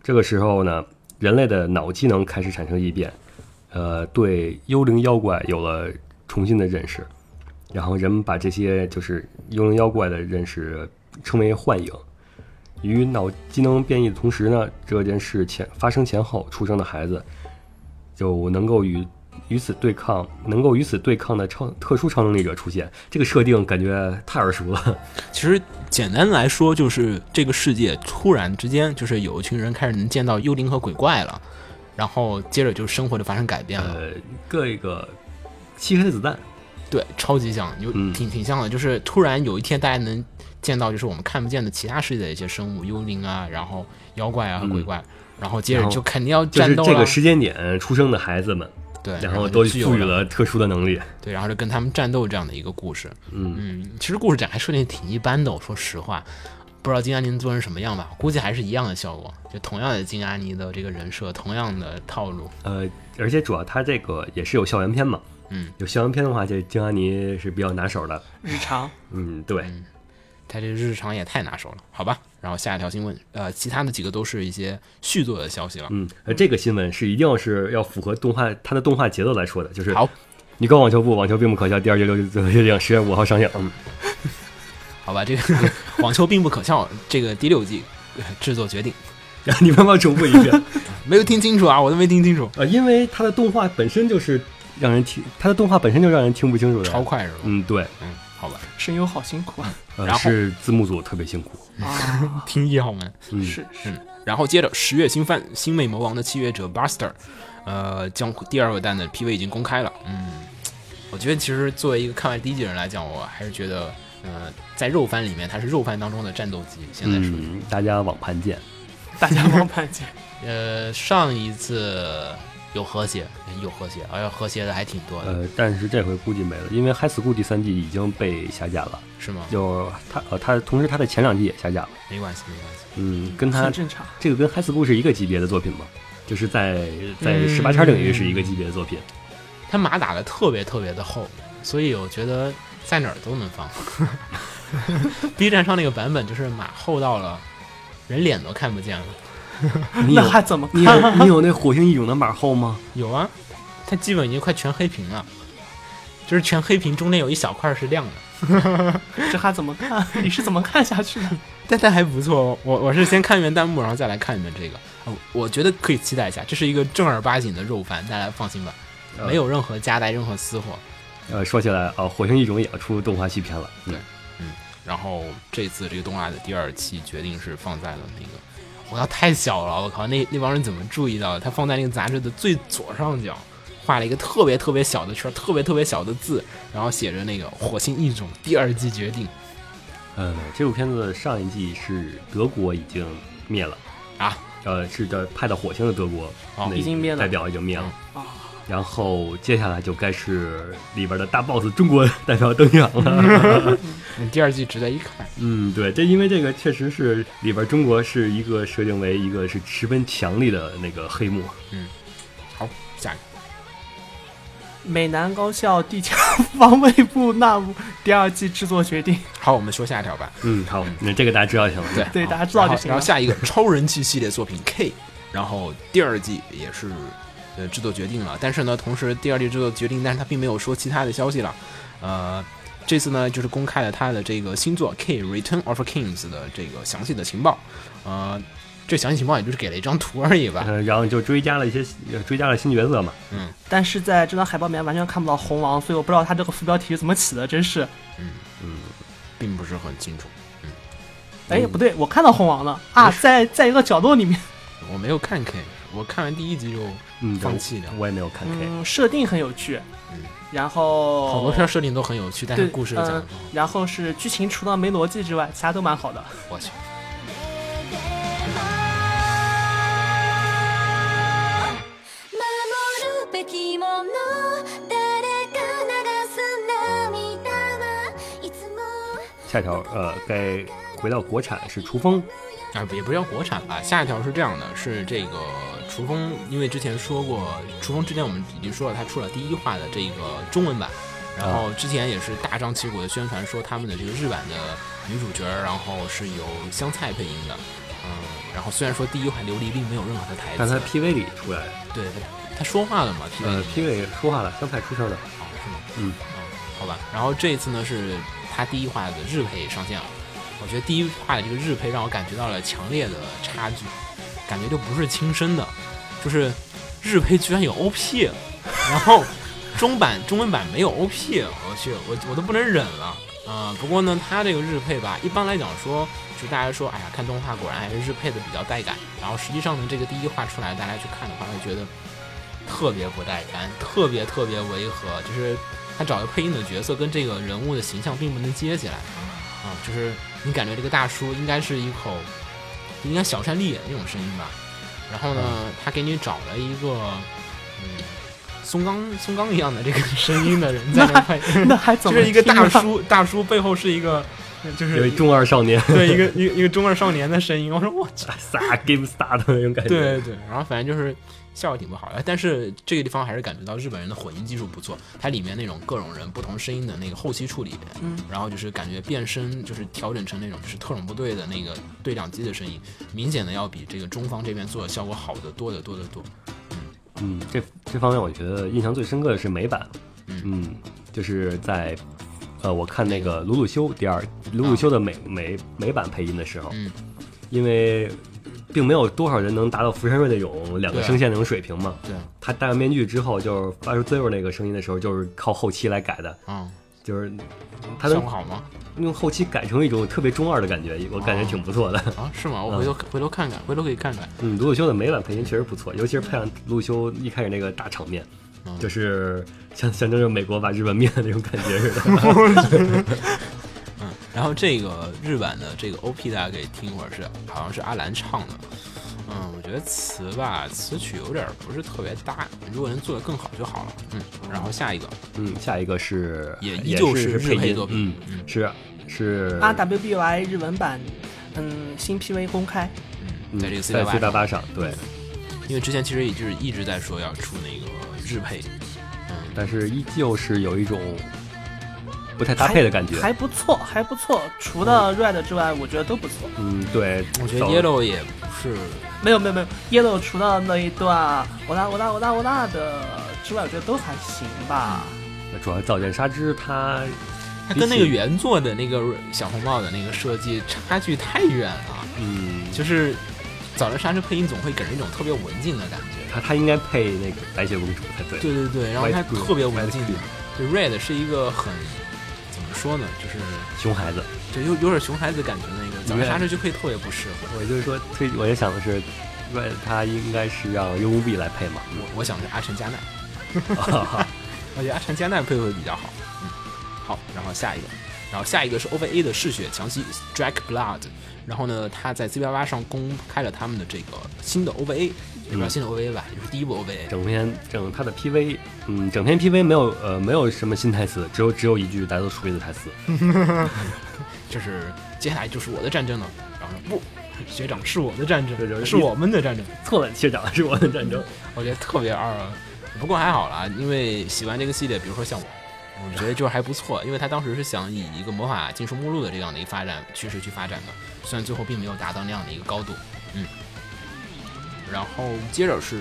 这个时候呢，人类的脑机能开始产生异变，呃，对幽灵妖怪有了重新的认识，然后人们把这些就是幽灵妖怪的认识称为幻影。与脑机能变异的同时呢，这件事前发生前后出生的孩子，就能够与与此对抗，能够与此对抗的超特殊超能力者出现。这个设定感觉太耳熟了。其实简单来说，就是这个世界突然之间，就是有一群人开始能见到幽灵和鬼怪了，然后接着就是生活就发生改变了。呃，这个漆黑的子弹，对，超级像，有嗯挺挺像的，就是突然有一天大家能见到，就是我们看不见的其他世界的一些生物，幽灵啊，然后妖怪啊和鬼怪，然后接着嗯然后就肯定要就战是斗这了，个时间点出生的孩子们，对，然然后后都就具有赋予了特殊的能力。对，然后就跟他们战斗这样的一个故事。嗯嗯，其实故事展开设定挺一般的，我说实话，不知道金阿尼做成什么样吧，估计还是一样的效果，就同样的金阿尼的这个人设，同样的套路。呃，而且主要它这个也是有校园片嘛，嗯，有校园片的话，这金阿尼是比较拿手的。日常嗯，对，他这日常也太拿手了，好吧。然后下一条新闻，呃，其他的几个都是一些续作的消息了。嗯，呃，这个新闻是一定要是要符合动画它的动画节奏来说的，就是好，你搞网球不？网球并不可笑。第二届六最后决定十月五号上映。嗯， 好吧，这个网球并不可笑，这个第六季呃制作决定，然后你慢慢重复一遍。没有听清楚啊，我都没听清楚，呃，因为它的动画本身就是让人听，它的动画本身就让人听不清楚的。超快是吧？嗯，对，嗯，好吧，声优好辛 苦啊！呃然后是字幕组特别辛苦。啊，听一号门。嗯，是是，然后接着十月新番《星魅魔王的契约者 Buster》，呃，将第二个弹的 PV 已经公开了。嗯，我觉得其实作为一个看完第一季的人来讲，我还是觉得，呃，在肉番里面，它是肉番当中的战斗机，现在属于。嗯，大家网盘见。大家帮盘姐，呃，上一次有和谐，有和谐，哎呀，和谐的还挺多的，呃，但是这回估计没了，因为《High School》第三季已经被下架了，是吗？就它呃它同时它的前两季也下架了。没关系，没关系。嗯， 跟它很正常。这个跟《High School》是一个级别的作品嘛，就是在在嗯十八圈领域是一个级别的作品。他码打的特别特别的厚，所以我觉得在哪儿都能放。B 站上那个版本就是码厚到了，人脸都看不见了。嗯你有那还怎么你看？有 你有那火星异种的马后吗？有啊，它基本已经快全黑屏了，就是全黑屏中间有一小块是亮的，这还怎么 看？你是怎么看下去的？但它还不错。我我是先看一遍弹幕，然后再来看一遍这个，呃我觉得可以期待一下。这是一个正儿八经的肉番，大家放心吧，呃没有任何夹带任何私货。呃，说起来啊，火星异种也要出动画续片了。嗯对然后这次这个动画的第二期决定是放在了那个，我靠，太小了，我靠，那那帮人怎么注意到的？他放在那个杂志的最左上角，画了一个特别特别小的圈，特别特别小的字，然后写着那个《火星异种》第二季决定呃，这部片子上一季是德国已经灭了，啊，呃，是的，派到火星的德国、哦那已经灭了代表已经灭了。啊然后接下来就该是里边的大 boss 中国 代表登场了。嗯第二季值得一看。嗯，对，这因为这个确实是里边中国是一个设定为一个是十分强力的那个黑幕。好，下一个。美南高校地球防卫部纳入第二季制作决定，好，我们说下一条吧。嗯，好，那这个大家知道就行了。对对好大家知道就然后行然了后下一个超人气系列作品 K，然后第二季也是呃制作决定了，但是呢，同时第二季制作决定，但是他并没有说其他的消息了。呃，这次呢就是公开了他的这个新作 K Return of Kings 的这个详细的情报。呃，这详细情报也就是给了一张图而已吧。呃，然后就追加了一些，呃追加了新角色嘛。但是在这张海报里面完全看不到红王，所以我不知道他这个副标题是怎么起的，真嗯是。并不是很清楚，哎，不对，我看到红王了嗯啊，在在一个角落里 面。我没有看 K，我看完第一集就嗯，放弃了我也没有看 K。嗯，设定很有趣，嗯然后好多片设定都很有趣，但是对故事讲的嗯，然后是剧情除了没逻辑之外，其他都蛮 好的。我去。守るべきもの誰か流す涙はいつも下一条，呃，该回到国产是《雏风》，啊，也不是叫国产吧。下一条是这样的，是这个厨风，因为之前说过，厨风之前我们已经说了，它出了第一话的这个中文版，然啊后之前也是大张旗鼓的宣传说他们的这个日版的女主角，然后是由香菜配音的，嗯，然后虽然说第一话琉璃并没有任何的台词，但它 PV 里出来，对他说话了嘛，PV 呃里面，PV 里说话了，香菜出声了。哦，是吗？嗯嗯，好吧。然后这一次呢是它第一话的日配上线了，我觉得第一话的这个日配让我感觉到了强烈的差距，感觉就不是亲生的，就是日配居然有 OP，然后中版中文版没有 OP，我去，我我都不能忍了。啊、不过呢，它这个日配吧，一般来讲说，就大家说，哎呀，看动画果然还是日配的比较带感。然后实际上呢，这个第一话出来，大家去看的话，会觉得特别不带感，特别特别违和，就是他找一个配音的角色跟这个人物的形象并不能接起来啊、就是你感觉这个大叔应该是一口，应该小山丽那种声音吧，然后呢，嗯他给你找了一个，嗯，松冈松冈一样的这个声音的人在那 配，那还怎就么是一个听大啊， 叔，大叔背后是一个，就有是一中二少 年，对一个一个一个中二少年的声音。我说我去，撒 Game Star 的那种感觉。对对，然后反正就是效果挺不好的，但是这个地方还是感觉到日本人的混音技术不错，它里面那种各种人不同声音的那个后期处理，嗯，然后就是感觉变声就是调整成那种就是特种部队的那个对讲机的声音，明显的要比这个中方这边做的效果好得多得多得多。嗯，这这方面我觉得印象最深刻的是美版，嗯嗯，就是在呃，我看那个鲁鲁修第二鲁鲁修的美美美版配音的时候，啊嗯因为并没有多少人能达到福山润那种两个对啊声线那种水平嘛，对，他戴上面具之后，就是发出 Zero 那个声音的时候，就是靠后期来改的，嗯，就是他效能果好吗？用后期改成一种特别中二的感觉，我感觉挺不错的。 啊，是吗？我回头回头看看，回头可以看看。嗯，鲁鲁修的美版配音确实不错，尤其是配上鲁鲁修一开始那个大场面，嗯就是像象征着美国把日本灭的那种感觉似 的。嗯，然后这个日版的这个 OP 大家可以听一会儿是，好像是阿兰唱的。嗯，我觉得词吧，词曲有点儿不是特别搭，如果能做得更好就好了。嗯，然后下一个嗯，下一个是也依也旧是日配配音作，品嗯，，嗯是是 RWBY 日文版，嗯，新 PV 公开，嗯，嗯在这个 C 在 C 大八，巴上，对，因为之前其实也就是一直在说要出那个日配，嗯，但是依旧是有一种不太搭配的感觉还。还不错，还不错。除了 Red 之外，我觉得都不错。嗯，对，我觉得走 Yellow 也不是，没有没有没有，Yellow 除了那一段我啦我啦我啦我啦的之外，我觉得都还行吧。主要造剑沙织它它跟那个比起原作的那个小红帽的那个设计差距太远了，嗯，就是早晨沙之配音总会给人一种特别文静的感觉。它它应该配那个白雪公主才对。对对对，然后 White 他 Queen，特别文 White 静 Queen 就 Red 是一个很怎么说呢，就是熊孩子，就有有点熊孩子感觉那个，早上 Red 刹车就配特别不适合。我就是说推，我就想的是，外他应该是让 U B 来 配嘛。我我想是阿城加奈，我觉得阿城加奈配会比较好。嗯，好，然后下一个，然后下一个是 OVA 的嗜血强袭 Strike Blood，然后呢，他在 C 八八上公开了他们的这个新的 OVA，也不叫嗯新的 OVA 吧，也是第一部 OVA。整篇整他的 P V，嗯，整篇 P V 没有呃没有什么新台词，只有只有一句大家都熟悉的台词。就是接下来就是我的战争了。然后说不，学长是我的战对就是争，一是我们的战争。错了，学长是我的战争。我觉得特别二啊。不过还好啦，因为喜欢这个系列，比如说像我，我觉得就是还不错，因为他当时是想以一个魔法禁书目录的这样的一个发展趋势去发展的，虽然最后并没有达到那样的一个高度，嗯。然后接着是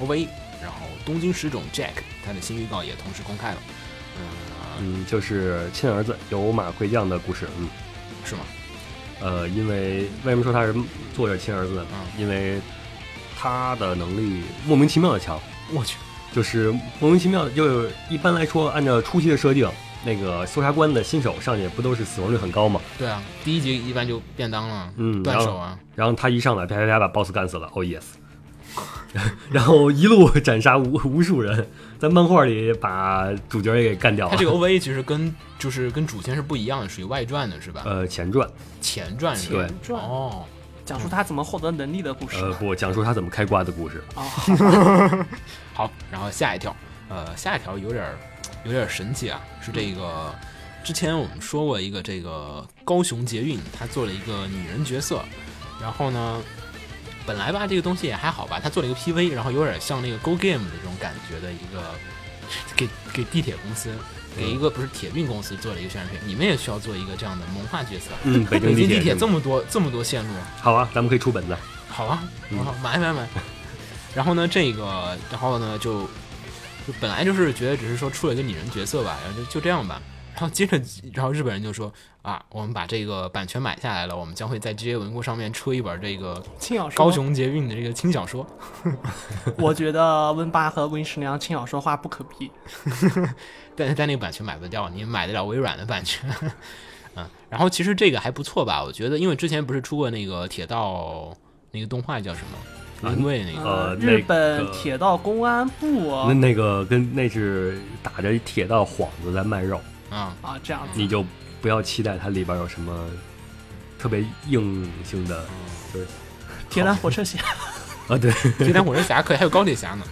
OVA，然后东京食种 Jack 他的新预告也同时公开了，嗯，嗯，就是亲儿子有马贵将的故事。嗯，是吗？呃，因为为什么说他是作者亲儿子呢？嗯因为他的能力莫名其妙的强。我去，就是莫名其妙，就是一般来说，按照初期的设定，那个搜查官的新手上去不都是死亡率很高嘛？对啊，第一集一般就便当了，嗯断然后手啊，然后他一上来，啪啪啪把 BOSS 干死了，Oh yes！然后一路斩杀无无数人，在漫画里把主角也给干掉他了。这个 OVA 其实跟就是跟主线是不一样的，属于外传的是吧？呃前传，前传是吧？对传哦，讲述他怎么获得能力的故事。嗯呃不讲述他怎么开挂 的故事。哦，好，然后下一条，呃，下一条有点儿有点儿神奇啊，是这个之前我们说过一个这个高雄捷运，他做了一个女人角色，然后呢，本来吧这个东西也还好吧，他做了一个 PV，然后有点像那个 Go Game 的这种感觉的一个给给地铁公司。给嗯一个不是铁运公司做了一个宣传片，你们也需要做一个这样的萌化角色。嗯，北北京京地地铁铁是这吗么多这么多线路，好啊，咱们可以出本子。好啊，嗯我好买买 买。然后呢，这个，然后呢，就就本来就是觉得只是说出了一个拟人角色吧，然后就就这样吧。然后接着，然后日本人就说啊，我们把这个版权买下来了，我们将会在这些文库上面出一本这个轻小说。高雄捷运的这个轻小说。我觉得温八和温十娘轻小说化不可比。但但那个版权买不掉，你买得了微软的版权。 嗯，然后其实这个还不错吧，我觉得，因为之前不是出过那个铁道那个动画叫什么？嗯因为那个嗯呃日那本个铁道公安部那啊，那个跟那是打着铁道幌子在卖肉，啊、啊这样子。你就不要期待它里边有什么特别硬性的，嗯就是铁胆火车侠，啊，对，铁胆火车侠可以，还有钢铁侠呢。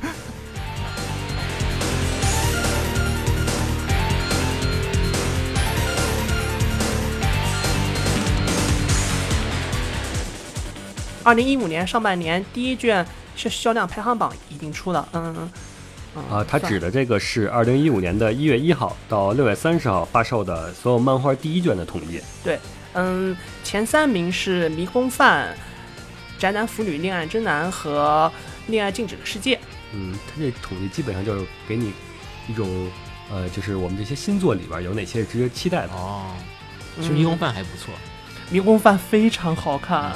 二零一五年上半年第一卷是销量排行榜已经出了，嗯嗯嗯啊，它算指的这个是二零一五年的一月一号到六月三十号发售的所有漫画第一卷的统计。嗯，前三名是《迷宫饭》《宅男腐女恋爱真男》和《恋爱静止的世界》。嗯，它这统计基本上就是给你一种，呃，就是我们这些新作里边有哪些是值得期待的。哦，其嗯实迷宫饭还不错。迷宫饭非常好看，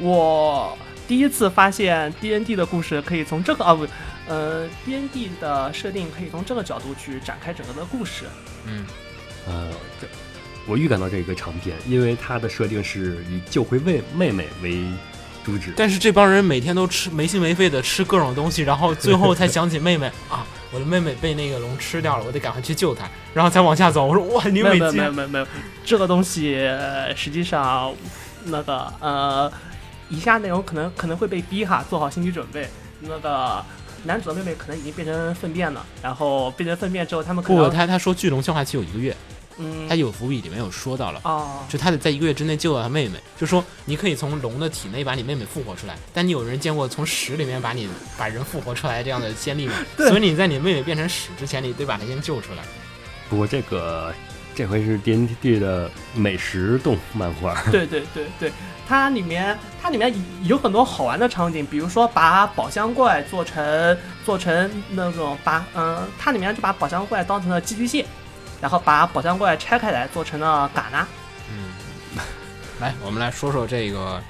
我第一次发现 D N D 的故事可以从这个啊不，呃 D N D 的设定可以从这个角度去展开整个的故事。嗯，呃，这我预感到这个长篇，因为它的设定是以救回妹妹妹为主旨。但是这帮人每天都吃没心没肺的吃各种东西，然后最后才想起妹 妹啊，我的妹妹被那个龙吃掉了，我得赶快去救她，然后才往下走。我说哇，你美没有没有金没有没有，这个东西呃实际上那个呃，以下内容可能可能会被逼哈，做好心理准备。那个男主的妹妹可能已经变成粪便了，然后变成粪便之后，他们可不，能他他说巨龙消化期有一个月，嗯他有伏笔里面有说到了。哦就他得在一个月之内救到他妹妹，就说你可以从龙的体内把你妹妹复活出来，但你有人见过从屎里面把你把人复活出来这样的先例 吗？所以你在你妹妹变成屎之前，你得把她先救出来。不过这个这回是 D N D 的美食动漫画，对对对对，它里面它里面有很多好玩的场景，比如说把宝箱怪做成做成那种把嗯，它里面就把宝箱怪当成了寄居蟹，然后把宝箱怪拆开来做成了嘎纳。，嗯，来，我们来说说这个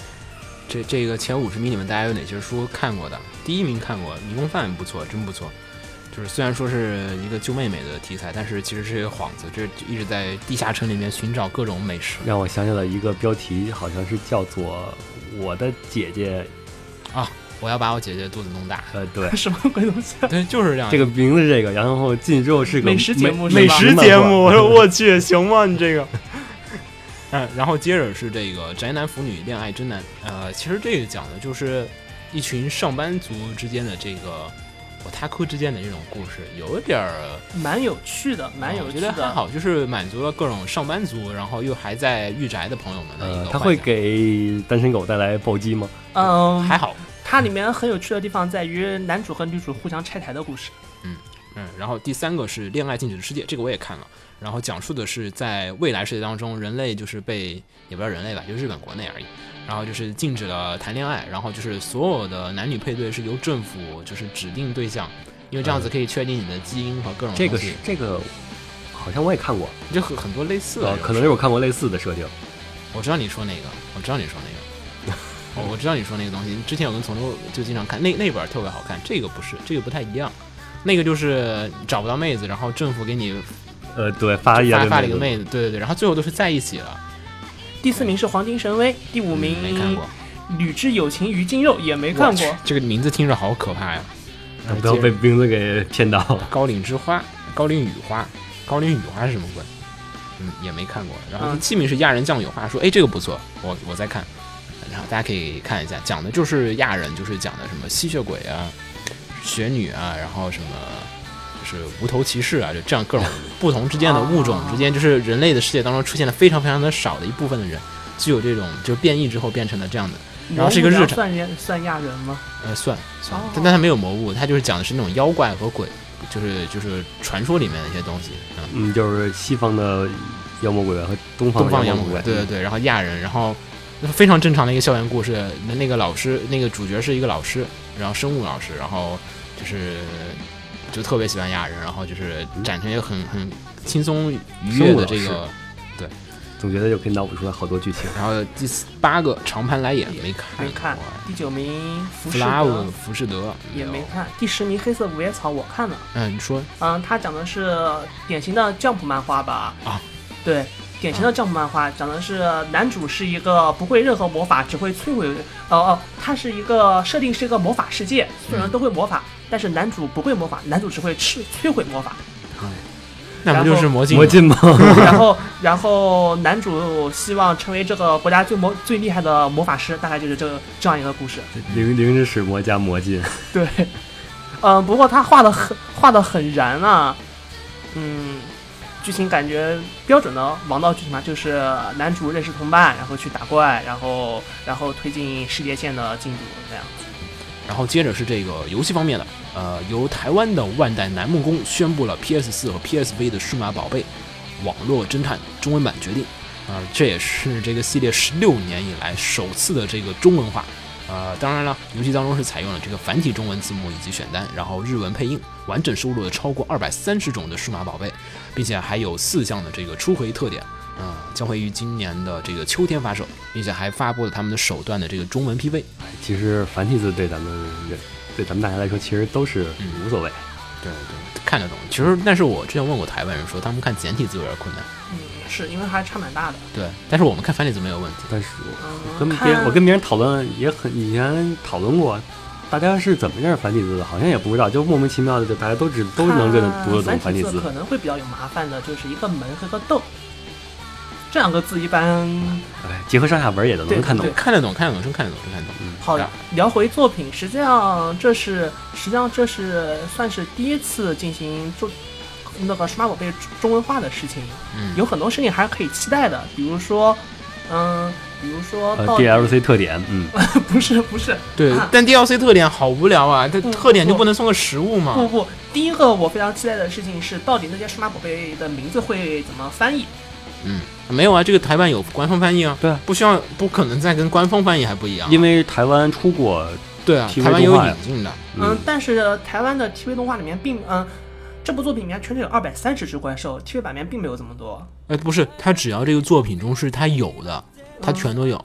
这这个前五十名里面大家有哪些书看过的？第一名看过《迷宫饭》，不错，真不错。就是虽然说是一个救妹妹的题材，但是其实是一个幌子，这一直在地下城里面寻找各种美食让我想起了一个标题，好像是叫做“我的姐姐啊！我要把我姐姐肚子弄大”，。呃，对 什么鬼东西、啊？对，就是这样。这个名字是这个，然后进去之后是个美食节目是吧美食漫画， 我说我去， 行吗？你这个。嗯，然后接着是这个宅男腐女恋爱真难。呃，其实这个讲的就是一群上班族之间的这个我他科之间的这种故事，有点儿呃蛮有趣的，蛮有我趣觉得还的。好，就是满足了各种上班族，然后又还在御宅的朋友们的一个呃幻，想。它会给单身狗带来暴击吗？嗯，还好，它里面很有趣的地方在于男主和女主互相拆台的故事。嗯，然后第三个是《恋爱禁止的世界》，这个我也看了。然后讲述的是在未来世界当中，人类就是被也不叫人类吧，就日本国内而已。然后就是禁止了谈恋爱，然后就是所有的男女配对是由政府就是指定对象，因为这样子可以确定你的基因和各种嗯这个东西是这个，好像我也看过，就很很多类似的呃，这种可能事是我看过类似的设定。我知道你说那个，我知道你说 那个。我我知道你说那个东西，之前我跟从头就经常看那那本儿特别好看，这个不是，这个不太一样，那个就是找不到妹子，然后政府给你呃，对，发一发发了了一个，妹子，对对对，然后最后都是在一起了。嗯第四名是《黄金神威》，第五名没看过， 《吕之友情于今肉》也没看 过我去。这个名字听着好可怕呀！哎不要被名字给骗到。 高岭之花、高岭雨花、高岭雨花是什么鬼？嗯，也没看过。然后嗯第七名是亚人酱油话，说哎这个不错，我我在看，然后大家可以看一下，讲的就是亚人，就是讲的什么吸血鬼啊、雪女啊，然后什么。就是无头骑士啊，就这样各种不同之间哦的物种之间，就是人类的世界当中出现了非常非常的少的一部分的人，具有这种就变异之后变成了这样的然后是一个日魔物常算人算亚人吗？呃，算算哦，但但它没有魔物，它就是讲的是那种妖怪和鬼，就是就是传说里面的一些东西。嗯，嗯，就是西方的妖魔鬼怪和东方东方的妖魔魔怪。啊嗯对对对，然后亚人，然后非常正常的一个校园故事。那那个老师，那个主角是一个老师，然后生物老师，然后就是就特别喜欢雅人，然后就是展现一个很很轻松嗯愉生悦物的老这个师。总觉得又可以脑补出来好多剧情。然后第四八个长盘来也没看没看过，第九名浮弗士拉德文浮士德也没有。看，第十名黑色五叶草我看了，嗯，你说嗯，它讲的是典型的 Jump 漫画吧？啊，对，典型的 Jump 漫画讲的是男主是一个不会任何魔法，只会摧毁。哦、哦，他是一个设定是一个魔法世界，所有人都会魔法，但是男主不会魔法，男主只会吃摧毁 魔法。那不就是魔镜吗魔镜吗？ 然后，然后男主希望成为这个国家最魔最厉害的魔法师，大概就是这个这样一个故事。灵灵之使魔加魔镜， 对，嗯，不过他画的很画的很燃啊，嗯，剧情感觉标准的王道剧情嘛，就是男主认识同伴，然后去打怪，然后然后推进世界线的进度这样。然后接着是这个游戏方面的，呃，由台湾的万代南梦宫宣布了 PS 四和 PSV 的《数码宝贝：网络侦探》中文版决定，呃，这也是这个系列十六年以来首次的这个中文化。呃，当然了，游戏当中是采用了这个繁体中文字幕以及选单，然后日文配音，完整收录了超过二百三十种的数码宝贝，并且还有四项的这个初回特点，呃，将会于今年的这个秋天发售，并且还发布了他们的首段的这个中文 PV。其实繁体字对咱们人对咱们大家来说，其实都是嗯无所谓。对对，看得懂。其实，但是我之前问过台湾人说，他们看简体字有点困难。嗯，是因为还差蛮大的。对，但是我们看繁体字没有问题。但是我跟嗯别人看我跟别人讨论也很以前讨论过，大家是怎么认识繁体字的？好像也不知道，就莫名其妙的，就大家都只都能认得读得懂繁繁体啊字字。可能会比较有麻烦的，就是一个门和个豆，这两个字一般哎，结合上下文也都能对看懂对。看得懂，看得懂，真看得懂，真看得懂。好啊，聊回作品，实际上这是实际上这是算是第一次进行中那个数码宝贝中文化的事情，嗯，有很多事情还是可以期待的，比如说，嗯，比如说呃到底、 ，DLC 特点，嗯， 不是不是对啊。嗯但 DLC 特点好无聊啊！它不特点就不不能送个实物不吗？不，第一个我非常期待的事情是，到底那些数码宝贝的名字会怎么翻译？嗯，没有啊，这个台版有官方翻译啊。对啊不需要，不可能再跟官方翻译还不一样啊。因为台湾出过，对啊， TV 台湾有动画呀引进的。嗯嗯，，但是台湾的 TV 动画里面并嗯，这部作品里面全只有二百三十只怪兽，TV 版面并没有这么多，哎，不是，它只要这个作品中是它有的，嗯它全都有。啊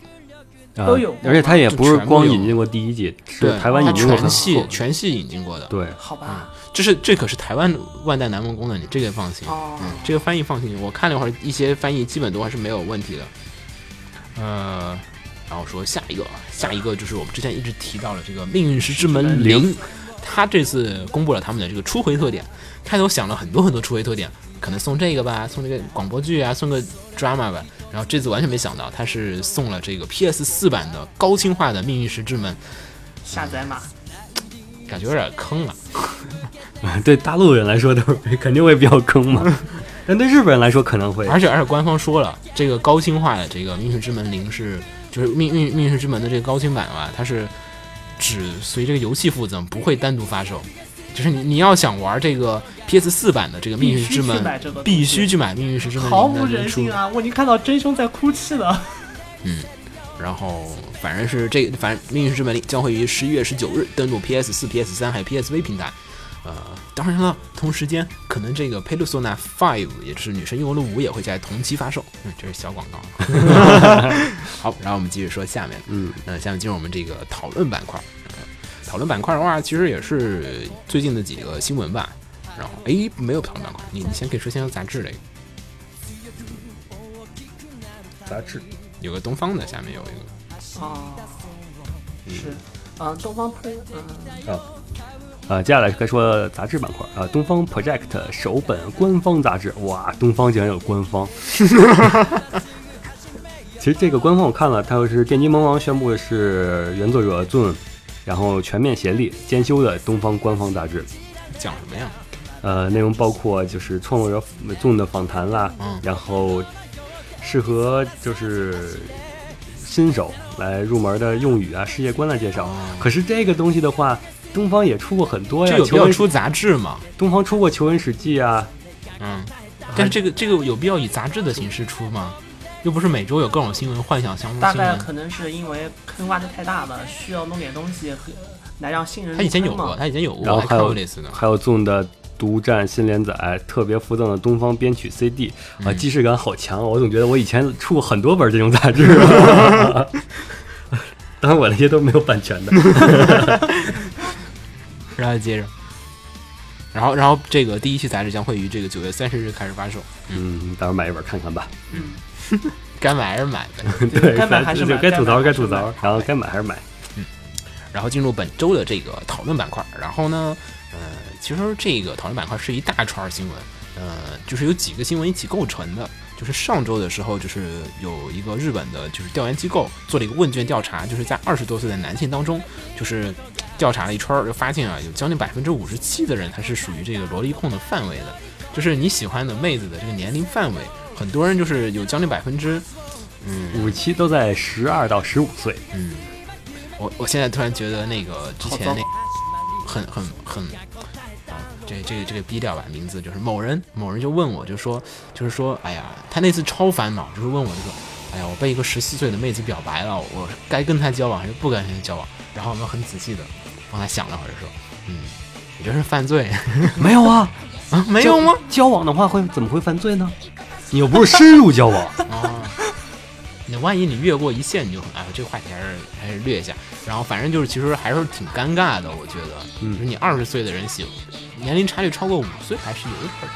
都有过而且它也不是就全部光有引进过第一季，是对，台湾它引进过全很系后。全系引进过的。对， 好吧？这是这可是台湾万代南梦宫的，你这个放心。哦嗯，这个翻译放心，我看了一会儿，一些翻译基本都还是没有问题的。呃，然后说下一个啊，下一个就是我们之前一直提到了这个《命运石之门零零》，他这次公布了他们的这个初回特点，开头想了很多很多初回特点，可能送这个吧，送这个广播剧啊，送个 drama 吧。然后这次完全没想到，他是送了这个 PS 四版的高清化的《命运石之门下载码。》，感觉有点坑啊。对大陆人来说都是肯定会比较坑嘛， 但对日本人来说可能会。而且而且官方说了，这个高清化的这个《命运之门零》是就是命命命运之门的这个高清版吧，它是只随这个游戏附赠，不会单独发售。就是你你要想玩这个 PS 四版的这个《命运之门必须去必须去买买这个》，东西《命运石之门毫》的无这人个出性。啊！我已经看到真凶在哭泣了。然后反正是这反正《命运石之门》将会于十一月十九日登陆 PS 四、PS 三还有 PSV 平台。呃，当然了，同时间可能这个《Persona Five》也就是女神异闻录五也会在同期发售。嗯，这是小广告。 好，然后我们继续说下面，嗯，呃，下面进入我们这个讨论板块。呃讨论板块的话，其实也是最近的几个新闻吧。然后，哎，没有讨论板块，你你先可以说先说杂志这个，杂志有个东方的，下面有一个，哦，是，嗯、东方 play，嗯、啊，接下来该说杂志板块啊，东方 Project 首本官方杂志，哇，东方竟然有官方。 其实这个官方我看了，它就是《电击魔王》宣布的是原作者 Zun，然后全面协力兼修的东方官方杂志。讲什么呀？呃，内容包括就是创作者 Zun 的访谈啦，嗯然后适合就是新手来入门的用语啊、世界观的介绍。哦可是这个东西的话，东方也出过很多呀这，有必求要文出杂志吗？东方出过《求恩史记》啊，嗯，但是这个这个有必要以杂志的形式出吗？又不是每周有各种新闻幻想相大新概闻。可能是因为坑挖的太大吧，需要弄点东西和来让新人他以前入有坑嘛过，他以前有过，然我还后还看有过类似的。还有 Zoom 的独占新连载，特别附赠的东方编曲 CD 啊，嗯既视感好强哦！我总觉得我以前出过很多本这种杂志，当然我那些都没有版权的。然后接着，然后然后这个第一期杂志将会于这个九月三十日开始发售，嗯，到时候买一本看看吧。该买还是买呗。对，该买还是就买该吐槽该买该还是吐槽买，然后该买还是买。然后进入本周的这个讨论板块。然后呢，呃，其实这个讨论板块是一大串儿新闻，呃，就是有几个新闻一起构成的。就是上周的时候，就是有一个日本的，就是调研机构做了一个问卷调查，就是在二十多岁的男性当中，就是调查了一圈儿，就发现啊，有将近百分之五十七的人他是属于这个萝莉控的范围的，就是你喜欢的妹子的这个年龄范围，很多人就是有将近百分之，嗯，五期都在十二到十五岁，嗯，我我现在突然觉得那个之前好那糟很很很啊，这这个这个逼掉吧，名字就是某人某人就问我，就说就是说，哎呀，他那次超烦恼，就是问我这个，哎呀，我被一个十四岁的妹子表白了，我该跟她交往还是不该跟她交往？然后我们很仔细的帮他想了会儿，说，嗯，你这是犯罪 没有啊？啊？没有吗？交往的话会怎么会犯罪呢？你又不是深入交往，哦，你万一你越过一线，你就很哎，这个话题还是还是略一下。然后反正就是，其实还是挺尴尬的，我觉得。嗯就是你二十岁的人喜，年龄差距超过五岁，还是有一点儿，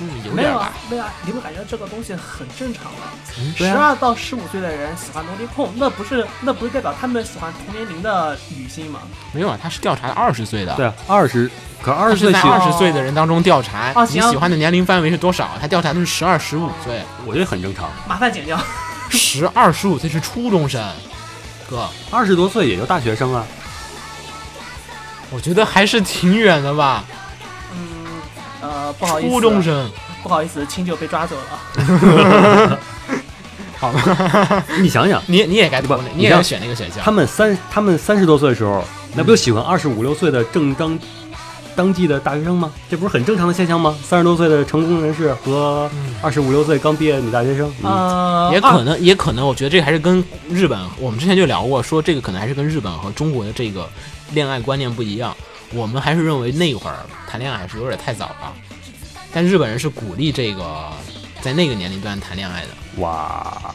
嗯，有没点有儿啊吧。，没有啊，你会感觉这个东西很正常啊。嗯十二到十五岁的人喜欢萝莉控，那不是那不是代表他们喜欢同年龄的女性吗？没有啊，他是调查二十岁的。对。啊，二十可二他十是岁在喜二十岁的人当中调查哦你行喜欢的年龄范围是多少，他调查的是十二十五岁，我觉得很正常，麻烦剪掉。十二十五岁是初中生，哥，二十多岁也就大学生啊。我觉得还是挺远的吧，嗯，呃，不好意思，初中生，不好意思，清酒被抓走了。好吧，你想想，你你也该投不那，你你也像该选那个选项他。们三他们三十多岁的时候，那不就喜欢二十五六岁的正当当季的大学生吗？这不是很正常的现象吗？三十多岁的成功人士和二十五六岁刚毕业的女大学生，啊嗯，呃，也二可能，也可能，我觉得这还是跟日本，我们之前就聊过，说这个可能还是跟日本和中国的这个恋爱观念不一样。我们还是认为那会儿谈恋爱还是有点太早了，但日本人是鼓励这个在那个年龄段谈恋爱的。哇，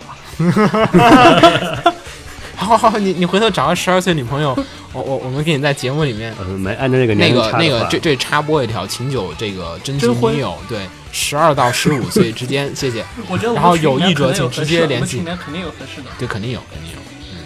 好好好，你你回头找个十二岁女朋友，我我我们给你在节目里面呃，没按照那个那年龄个差那的个话这这插播一条，秦九这个真情征婚女友，对，十二到十五岁之间，谢谢。我觉得我然们后群里有面意者可能有请合直接适的联我们群系里面肯定有合适的。对，肯定有，肯定有。嗯，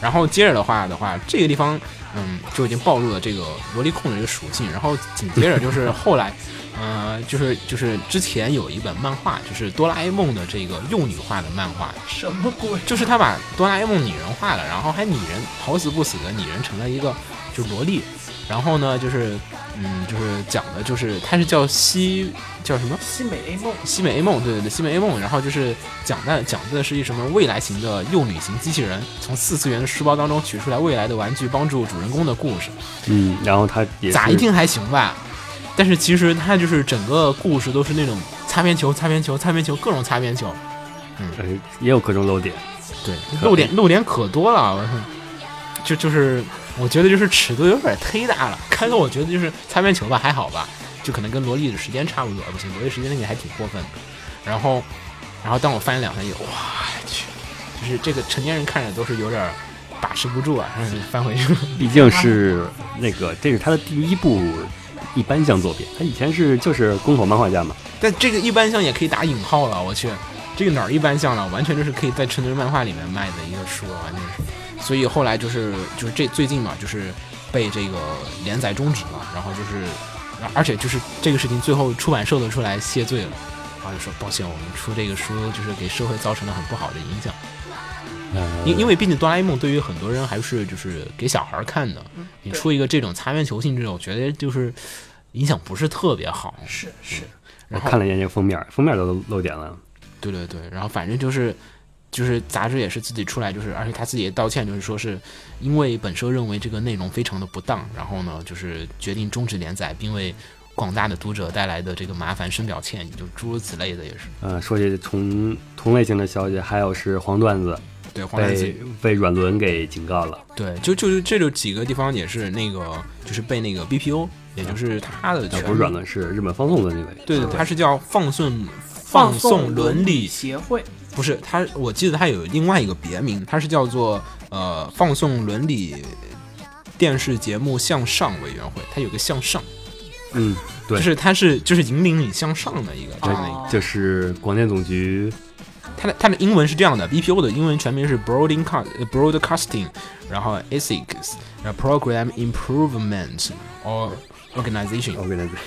然后接着的话的话，这个地方，嗯，就已经暴露了这个萝莉控的这个属性。然后紧接着就是 后来，呃，就是就是之前有一本漫画，就是哆啦 A 梦的这个幼女化的漫画，什么鬼？就是他把哆啦 A 梦拟人化了，然后还拟人好死不死的拟人成了一个就是萝莉，然后呢就是嗯就是讲的就是他是叫西叫什么？西美 A 梦，西美 A 梦，对对对，西美 A 梦，然后就是讲的讲的是一什么未来型的幼女型机器人，从四次元的书包当中取出来未来的玩具，帮助主人公的故事，嗯，然后他也咋是一听还行吧？但是其实它就是整个故事都是那种擦边球、擦边球、擦边球，各种擦边球，呃也有各种漏点，对，可露点露点可多了，我操！就就是我觉得就是尺度有点忒大了。开头我觉得就是擦边球吧，还好吧，就可能跟萝莉的时间差不多，不行，萝莉时间那个还挺过分的。然后，然后当我翻两下有，哇去，就是这个成年人看着都是有点儿把持不住啊，然后就翻回去。毕竟是那个这是他的第一部一般向作品，他以前是就是宫口漫画家嘛，但这个一般像也可以打引号了，我去，这个哪儿一般像了？完全就是可以在成人漫画里面卖的一个书了，完全是。所以后来就是就是这最近嘛，就是被这个连载终止了，然后就是，然后而且就是这个事情最后出版社的出来谢罪了，然后就说抱歉，我们出这个书就是给社会造成了很不好的影响。呃因因为毕竟哆啦 A 梦对于很多人还是就是给小孩儿看的，你对出一个这种擦边球性质的，我觉得就是影响不是特别好。是是，我然后呃看了一眼这个封面，封面都漏点了，对对对，然后反正就是就是杂志也是自己出来，就是而且他自己也道歉，就是说是因为本社认为这个内容非常的不当，然后呢就是决定终止连载，并为广大的读者带来的这个麻烦深表歉意，就诸如此类的也是。呃，说起同同类型的消息，还有是黄段子对，黄段被子，被软轮给警告了。对，就就是这就几个地方也是那个，就是被那个 BPO，也就是它的那全呃不是软嗯轮，是日本放送的那位。对对，对它是叫放送放送送伦理协会，不是它，我记得它有另外一个别名，它是叫做呃放送伦理电视节目向上委员会，它有个向上，嗯，对就是它是就是引领你向上的一个这样的一个，哦就是广电总局它的它的英文是这样的，BPO 的英文全名是 Broadcast Broadcasting，然后 Ethics，然后 Program Improvement or Organization， organization。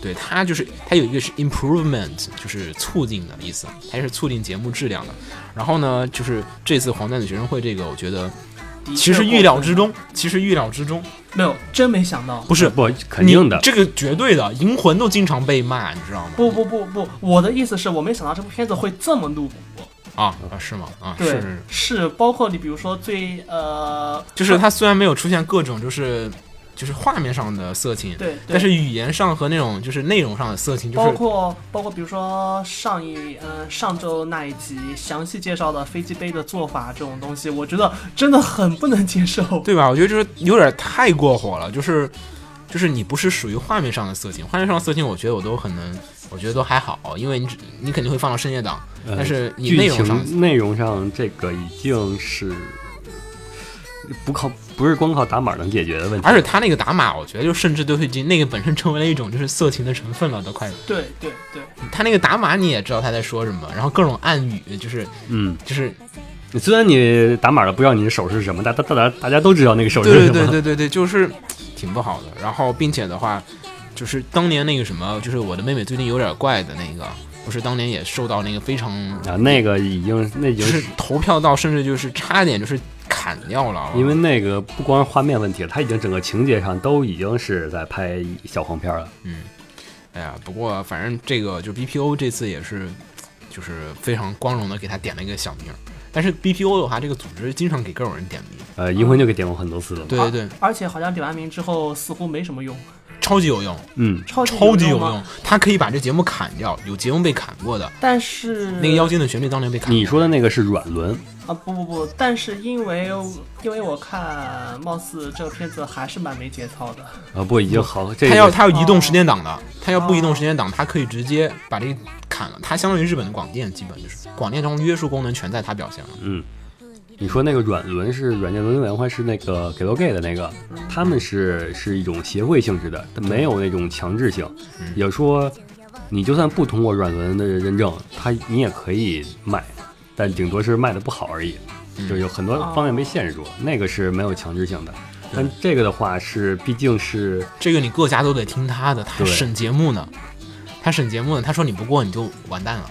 对，它就是它有一个是 improvement，就是促进的意思，它是促进节目质量的。然后呢，就是这次黄段子学生会这个，我觉得其实预料之中，其实预料之中，没有，真没想到。不是不肯定的嗯你，这个绝对的，银魂都经常被骂，你知道吗？不不不不，我的意思是我没想到这部片子会这么露骨。啊啊是吗？啊是对，是，包括你比如说最呃，就是它虽然没有出现各种就是就是画面上的色情，对，对但是语言上和那种就是内容上的色情，就包是括包括比如说上一嗯、呃、上周那一集详细介绍的飞机杯的做法这种东西，我觉得真的很不能接受。对吧？我觉得就是有点太过火了，就是就是你不是属于画面上的色情，画面上的色情，我觉得我都很能，我觉得都还好，因为你只你肯定会放到深夜档，呃但是你剧内容上情内容上这个已经是不靠不是光靠打码能解决的问题，而且他那个打码，我觉得就甚至都已经那个本身成为了一种就是色情的成分了，都快。对对对，他那个打码你也知道他在说什么，然后各种暗语，就是嗯，就是虽然你打码了不知道你的手是什么，大大大家大家都知道那个手是对什么，对对对对，就是挺不好的。然后，并且的话，就是当年那个什么，就是我的妹妹最近有点怪的那个，不是当年也受到那个非常啊，那个已经那已经就是投票到，甚至就是差点就是砍掉了。因为那个不光是画面问题了，它已经整个情节上都已经是在拍小黄片了。哎呀，不过反正这个就 BPO 这次也是，就是非常光荣的给他点了一个小名儿。但是 BPO 的话，这个组织经常给各种人点名，啊呃，银魂就给点过很多次了嘛。对对对，而且好像点完名之后似乎没什么用，超级有用，嗯，超级超级有吗用，他可以把这节目砍掉，有节目被砍过的，但是那个妖精的旋律当年被砍过。你说的那个是软轮，啊不不不，但是因为因为我看貌似这个片子还是蛮没节操的。啊，不过已经好，这他个要他要移动哦时间档的，他要不移动哦时间档，他可以直接把这个砍了。他相当于日本的广电，基本就是广电中约束功能全在他表现了。嗯，你说那个软轮是软件轮委员会是那个 g a l g a y 的那个，他们是是一种协会性质的，它没有那种强制性，也就是说，你就算不通过软轮的认证，它你也可以卖，但顶多是卖的不好而已，就有很多方面被限制住，那个是没有强制性的。但这个的话是，毕竟是这个你各家都得听他的，他对审节目呢，他审节目呢，他说你不过你就完蛋了，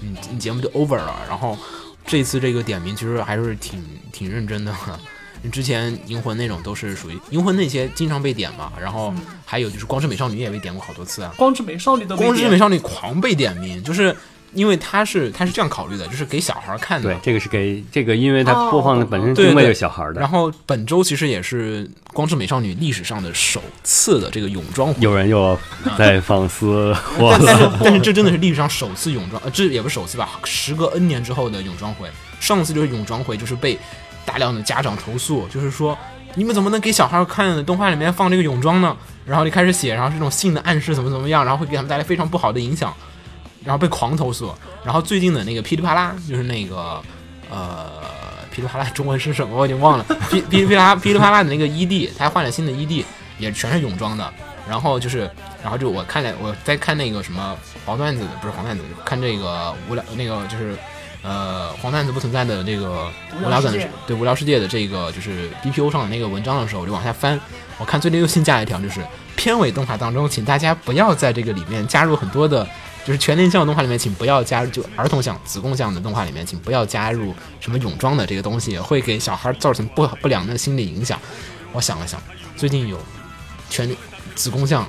你你节目就 over 了。然后这次这个点名其实还是挺挺认真的。 你之前银魂那种都是属于银魂那些经常被点嘛，然后还有就是光之美少女也被点过好多次啊。光之美少女都没光之点美少女狂被点名，就是因为他是他是这样考虑的，就是给小孩看的对。这个是给这个，因为它哦播放的本身对定位对就小孩儿的然，后本周其实也是光之美少女历史上的首次的这个泳装活动，有人又在 放私货但但了。是但是这真的是历史上首次泳装，呃，这也不是首次吧，时隔 N 年之后的泳装回。上次就是泳装回，就是被大量的家长投诉，就是说你们怎么能给小孩看的动画里面放这个泳装呢？然后就开始写，然后这种性的暗示怎么怎么样，然后会给他们带来非常不好的影响，然后被狂投诉。然后最近的那个噼里啪啦，就是那个呃噼里啪啦中文是什么我已经忘了， 噼噼里啪啦噼里啪啦的那个 ED，他换了新的 ED，也全是泳装的。然后就是，然后就我看了，我在看那个什么黄段子的，不是黄段子，看这个无聊那个就是，呃，黄段子不存在的这个无无聊聊世梗界对无聊世界的这个就是 BPO 上的那个文章的时候，我就往下翻，我看最近又新加了一条，就是片尾动画当中，请大家不要在这个里面加入很多的，就是全龄向的动画里面，请不要加入就儿童向、子供向的动画里面，请不要加入什么泳装的这个东西，会给小孩造成不好不良的心理影响。我想了想，最近有全子宫像，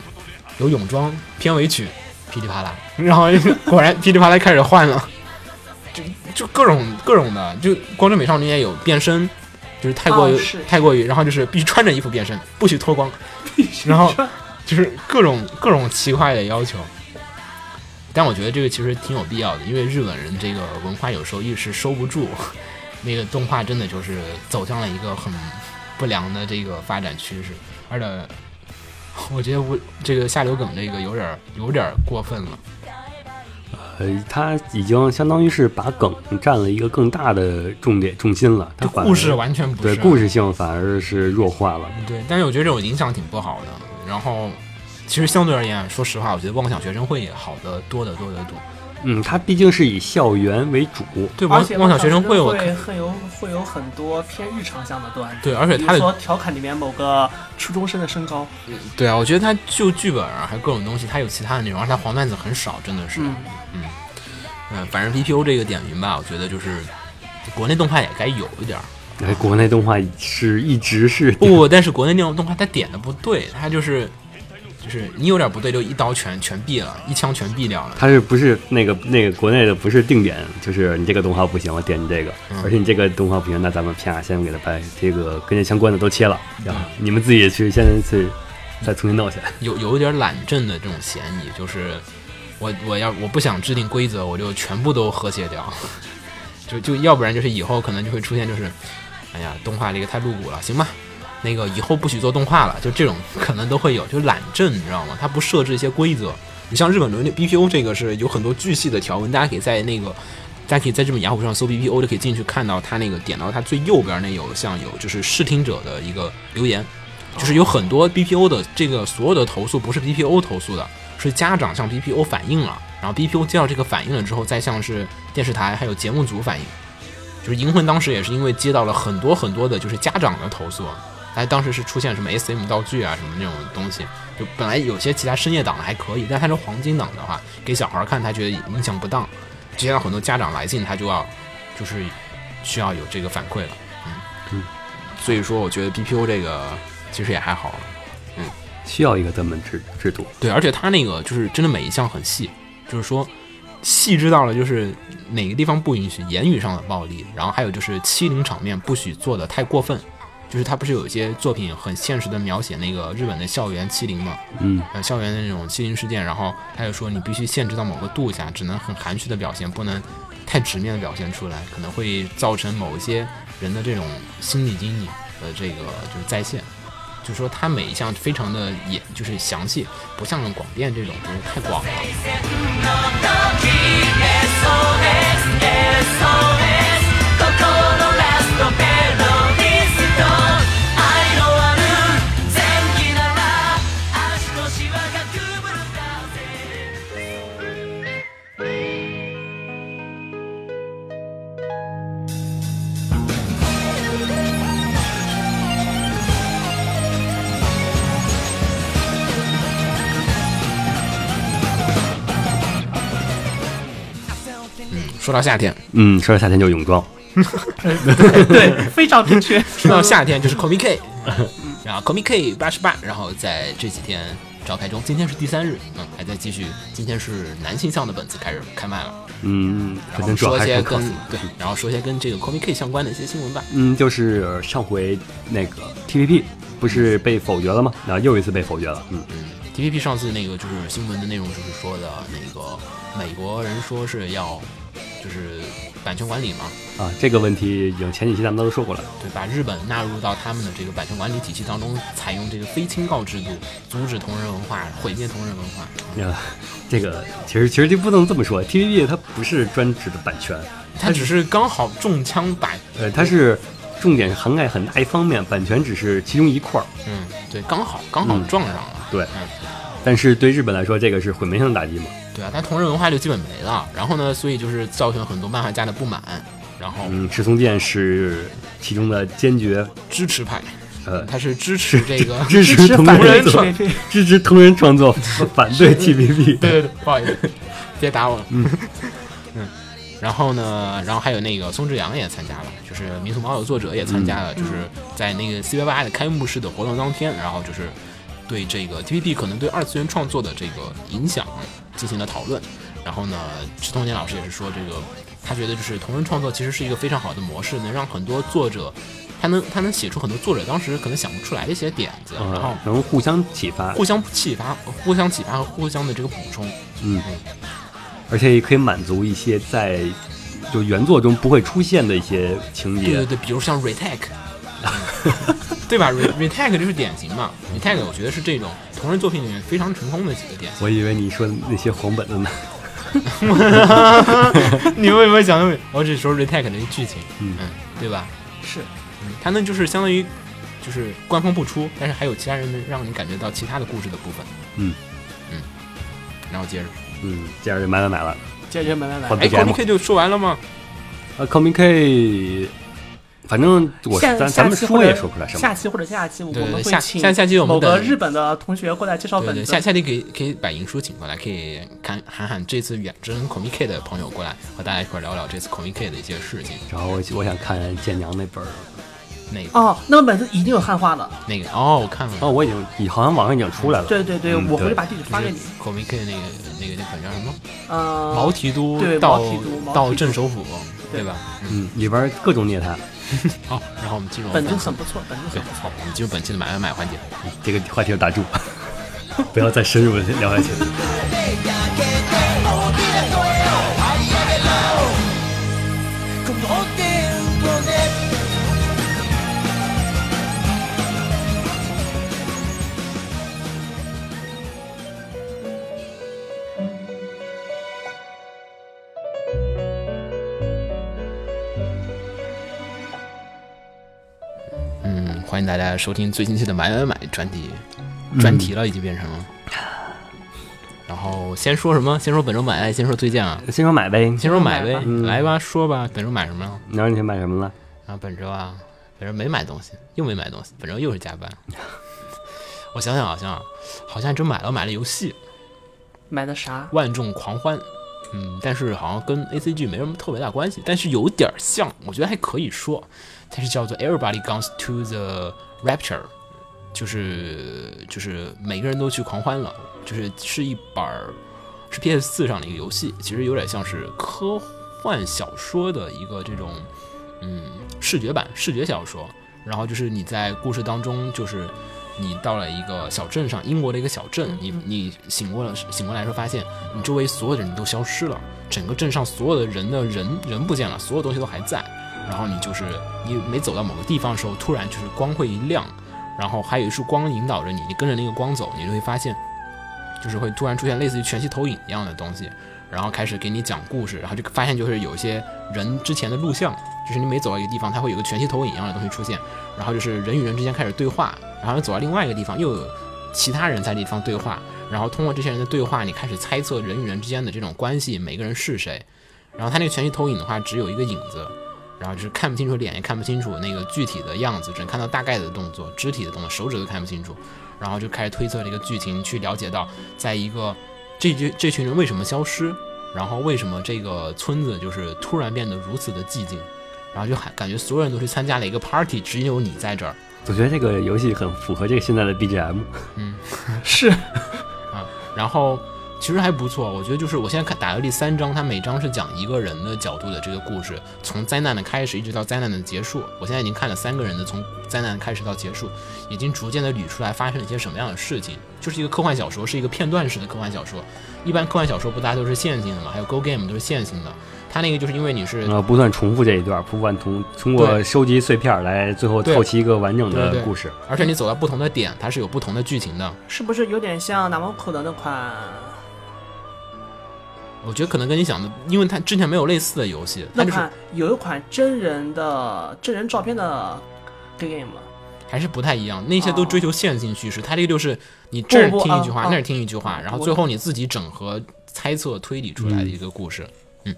有泳装片尾曲，噼里啪啦， 然后果然噼里啪啦开始换了，就就各种各种的，就光之美少女也有变身，就是太过于、哦是太过于，然后就是必须穿着衣服变身，不许脱光，然后就是各种各种奇怪的要求。但我觉得这个其实挺有必要的，因为日本人这个文化有时候一时收不住，那个动画真的就是走向了一个很不良的这个发展趋势，而且我觉得我这个下流梗这个有点儿有点儿过分了。呃，他已经相当于是把梗占了一个更大的重点重心了，他这反故事而完全不对是故事性反而是弱化了。对，但是我觉得这种影响挺不好的。然后，其实相对而言，说实话，我觉得妄想学生会也好的多得多得多。嗯，它毕竟是以校园为主，对，妄而且妄想学生会会我看很有会有很多偏日常向的段子，对，而且比他如的说调侃里面某个初中生的 身高，对啊，我觉得他就剧本啊，还有各种东西，他有其他的内容，而他黄段子很少，真的是。嗯，嗯，反正 PPO 这个点名吧，我觉得就是国内动画也该有一点儿。哎，国内动画是一直是不不，但是国内那种动画它点的不对，它就是就是你有点不对，就一刀全全毙了，一枪全毙掉了。它是不是那个那个国内的不是定点，就是你这个动画不行，我点你这个，而且你这个动画不行，那咱们啪先给它把这个跟这相关的都切了，然后你们自己去先去再重新弄起来。有有一点懒政的这种嫌疑，就是我我要我不想制定规则，我就全部都和谐掉， 就就要不然就是以后可能就会出现就是，哎呀，动画这个太露骨了，行吧，那个以后不许做动画了，就这种可能都会有，就懒政，你知道吗？它不设置一些规则。你像日本伦理 BPO 这个是有很多巨细的条文，大家可以在那个。大家可以在这本雅虎上搜 BPO，就可以进去看到它那个点到它最右边那有像有就是试听者的一个留言，就是有很多 BPO 的这个所有的投诉不是 BPO 投诉的，是家长向 BPO 反映了，然后 BPO 接到这个反映了之后，再向是电视台还有节目组反映。就是银魂当时也是因为接到了很多很多的就是家长的投诉，哎，当时是出现什么 SM 道具啊什么那种东西，就本来有些其他深夜档的还可以，但它是黄金档的话，给小孩儿看他觉得影响不当，接到很多家长来信，他就要就是需要有这个反馈了，嗯嗯，所以说我觉得 BPO 这个其实也还好，需要一个这么制制度，对，而且它那个就是真的每一项很细，就是说细致到了就是哪个地方不允许言语上的暴力，然后还有就是欺凌场面不许做的太过分。就是它不是有一些作品很现实的描写那个日本的校园欺凌嘛，嗯，呃，校园的那种欺凌事件，然后他就说你必须限制到某个度下，只能很含蓄的表现，不能太直面的表现出来，可能会造成某一些人的这种心理阴影的这个就是再现。就说它每一项非常的也就是详细，不像广电这种就是太广了。说到夏天，嗯，说到夏天就泳装，对，非常 正确。说到夏天就是 Comic K，然后 Comic K 八十八，然后在这几天召开中，今天是第三日，嗯，还在继续。今天是男性向的本子开始开卖了，嗯，然首后先主要说还些是跟 cos，对，然后说些跟这个 Comic K 相关的一些新闻吧。嗯，就是上回那个 TPP 不是被否决了吗？然后又一次被否决了，嗯，嗯，TPP 上次那个就是新闻的内容，就是说的那个美国人说是要就是版权管理嘛，啊，这个问题已经前几期咱们都说过了，对，把日本纳入到他们的这个版权管理体系当中，采用这个非清告制度，阻止同人文化，毁灭同人文化。呃，这个其实其实就不能这么说，TVB 它不是专指的版权，他只是刚好中枪把，呃，它是重点涵盖很大一方面，版权只是其中一块儿。嗯，对，刚好刚好嗯撞上了。对嗯，但是对日本来说，这个是毁灭性的打击嘛？对啊，但同人文化就基本没了。然后呢，所以就是造成很多漫画家的不满，然后嗯，赤松健是其中的坚决，支持派，呃，。他是支持这个 支持同反人人作，支持同人创作，反对 TVB。对对对，不好意思， 别打我了。嗯然后呢，然后还有那个松志阳也参加了，就是《民俗猫友》作者也参加嗯了，就是在那个 C 八八的开幕式的活动当天，然后就是对这个 TPP 可能对二次元创作的这个影响进行了讨论。然后呢，池通年老师也是说，这个他觉得就是同人创作其实是一个非常好的模式，能让很多作者他能他能写出很多作者当时可能想不出来的一些点子，然后嗯，能互相启发，互相启发、互相启发和互相的这个补充。嗯，而且也可以满足一些在就原作中不会出现的一些情对对节。对，比如像 retake，对吧？re retake 就是典型嘛，retake 我觉得是这种同人作品里面非常成功的几个典 型。我以为你说那些黄本子 呢，你为什么想到我只说 retake 的剧情？嗯嗯对吧？是嗯，它那就是相当于就是官方不出，但是还有其他人能让你感觉到其他的故事的部分。嗯嗯，然后接着，嗯，这样就买买买了。解决买买好买。的哎 BGM ，Comic K 就说完了吗？啊，Comic K，反正我下咱咱下们期或说者也说不出来什下么。期或者下期我对对们对，会下请下下期我们某个等日本的同学过来介绍对对，本下子。下期可以可以把银叔请过来，可以看喊喊这次远征 Comic K 的朋友过来，和大家一块儿聊聊这次 Comic K 的一些事情。然后我我想看建娘那本儿，那个哦，那么本子一定有汉化的。那个哦，我看了，哦，我已经，你好像网上已经出来了。对对对，嗯我回去对把地址就发给是你。 Comic K 那个那个那本叫什么？嗯，毛提督对到毛提督毛提到督镇守府，对对吧？嗯，嗯，里边儿各种虐他，好，然后我们进入本子本期很不错，本子对很不，错好。，我们进入本期的买买买环节。这个话题要打住， 不要再深入地聊下去。 Como tiempo de 嗯，欢迎大家收听最新期的买买买专题，专题了已经变成了。然后先说什么？先说本周买，先说推荐啊。先说买呗，先说买呗，嗯来吧，说吧，本周买什么了？你让你先买什么了？然后本周啊，本周没买东西，又没买东西，本周又是加班。 我想想，好像啊好像就买了买了游戏《买 的啥？万众狂欢》，嗯，但是好像跟 A C G 没什么特别大关系，但是有点像，我觉得还可以说，它是叫做 Everybody Goes to the Rapture，就是就是每个人都去狂欢了，就是是一本儿是 PS 四上的一个游戏，其实有点像是科幻小说的一个这种嗯视觉版视觉小说。然后就是你在故事当中，就是你到了一个小镇上，英国的一个小镇，你你醒过了醒过来的时候，发现你周围所有的人都消失了，整个镇上所有的人的人人不见了，所有东西都还在。然后你就是你每走到某个地方的时候，突然就是光会一亮，然后还有一束光引导着你，你跟着那个光走，你就会发现，就是会突然出现类似于全息投影一样的东西，然后开始给你讲故事，然后就发现就是有一些人之前的录像，就是你每走到一个地方，它会有一个全息投影一样的东西出现，然后就是人与人之间开始对话，然后走到另外一个地方又有其他人在这地方对话，然后通过这些人的对话，你开始猜测人与人之间的这种关系，每个人是谁，然后它那个全息投影的话只有一个影子。然后就是看不清楚脸，也看不清楚那个具体的样子，只能看到大概的动作、肢体的动作，手指都看不清楚。然后就开始推测这个剧情，去了解到，在一个这这这群人为什么消失，然后为什么这个村子就是突然变得如此的寂静，然后就还感觉所有人都去参加了一个 party，只有你在这儿。我觉得这个游戏很符合这个现在的 BGM，是然后其实还不错，我觉得就是我现在看打到第三章，它每章是讲一个人的角度的这个故事，从灾难的开始一直到灾难的结束。我现在已经看了三个人的从灾难开始到结束，已经逐渐的捋出来发生了一些什么样的事情，就是一个科幻小说，是一个片段式的科幻小说。一般科幻小说不大家都是线性的嘛，还有 Go Game 都是线性的，它那个就是因为你是呃，不算重复这一段，不算通通过对收集碎片儿来最后对凑齐一个完整对的对故事。而且你走到不同的点，它是有不同的剧情的。是不是有点像南门口的那款？啊我觉得可能跟你想的，因为它之前没有类似的游戏，它那就是款有一款真人的真人照片的 game 还是不太一样。那些都哦追求线性叙事，它这个就是你这儿不不听一句话，啊那儿听一句话，啊然后我最后你自己整合、猜测、推理出来的一个故事。嗯，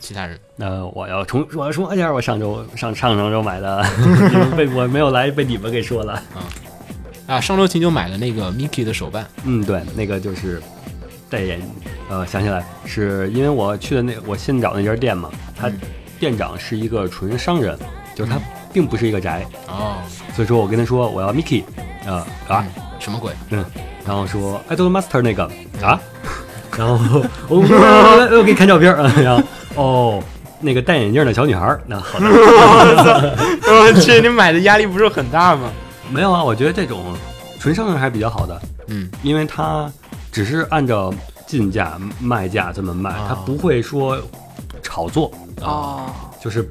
其他人那我要重我要说一下，我上周上上上周买 的，你们被我没有来，被你们给说了。啊，上周秦九买了那个 Mickey 的手办，嗯，对，那个就是代言，呃，想起来是因为我去的那我新找那家店嘛，他嗯店长是一个纯商人，就是他并不是一个宅，哦，所以说我跟他说我要 Mickey，呃啊，嗯什么鬼？嗯，然后说 Idol Master 那个 啊，然后我我我我给你看照片儿，嗯然后哦，那个戴眼镜的小女孩儿。那好的， 我去，你买的压力不是很大吗？没有啊，我觉得这种纯商用还是比较好的，嗯，因为它只是按照进价、卖价这么卖，它啊不会说炒作，哦，就是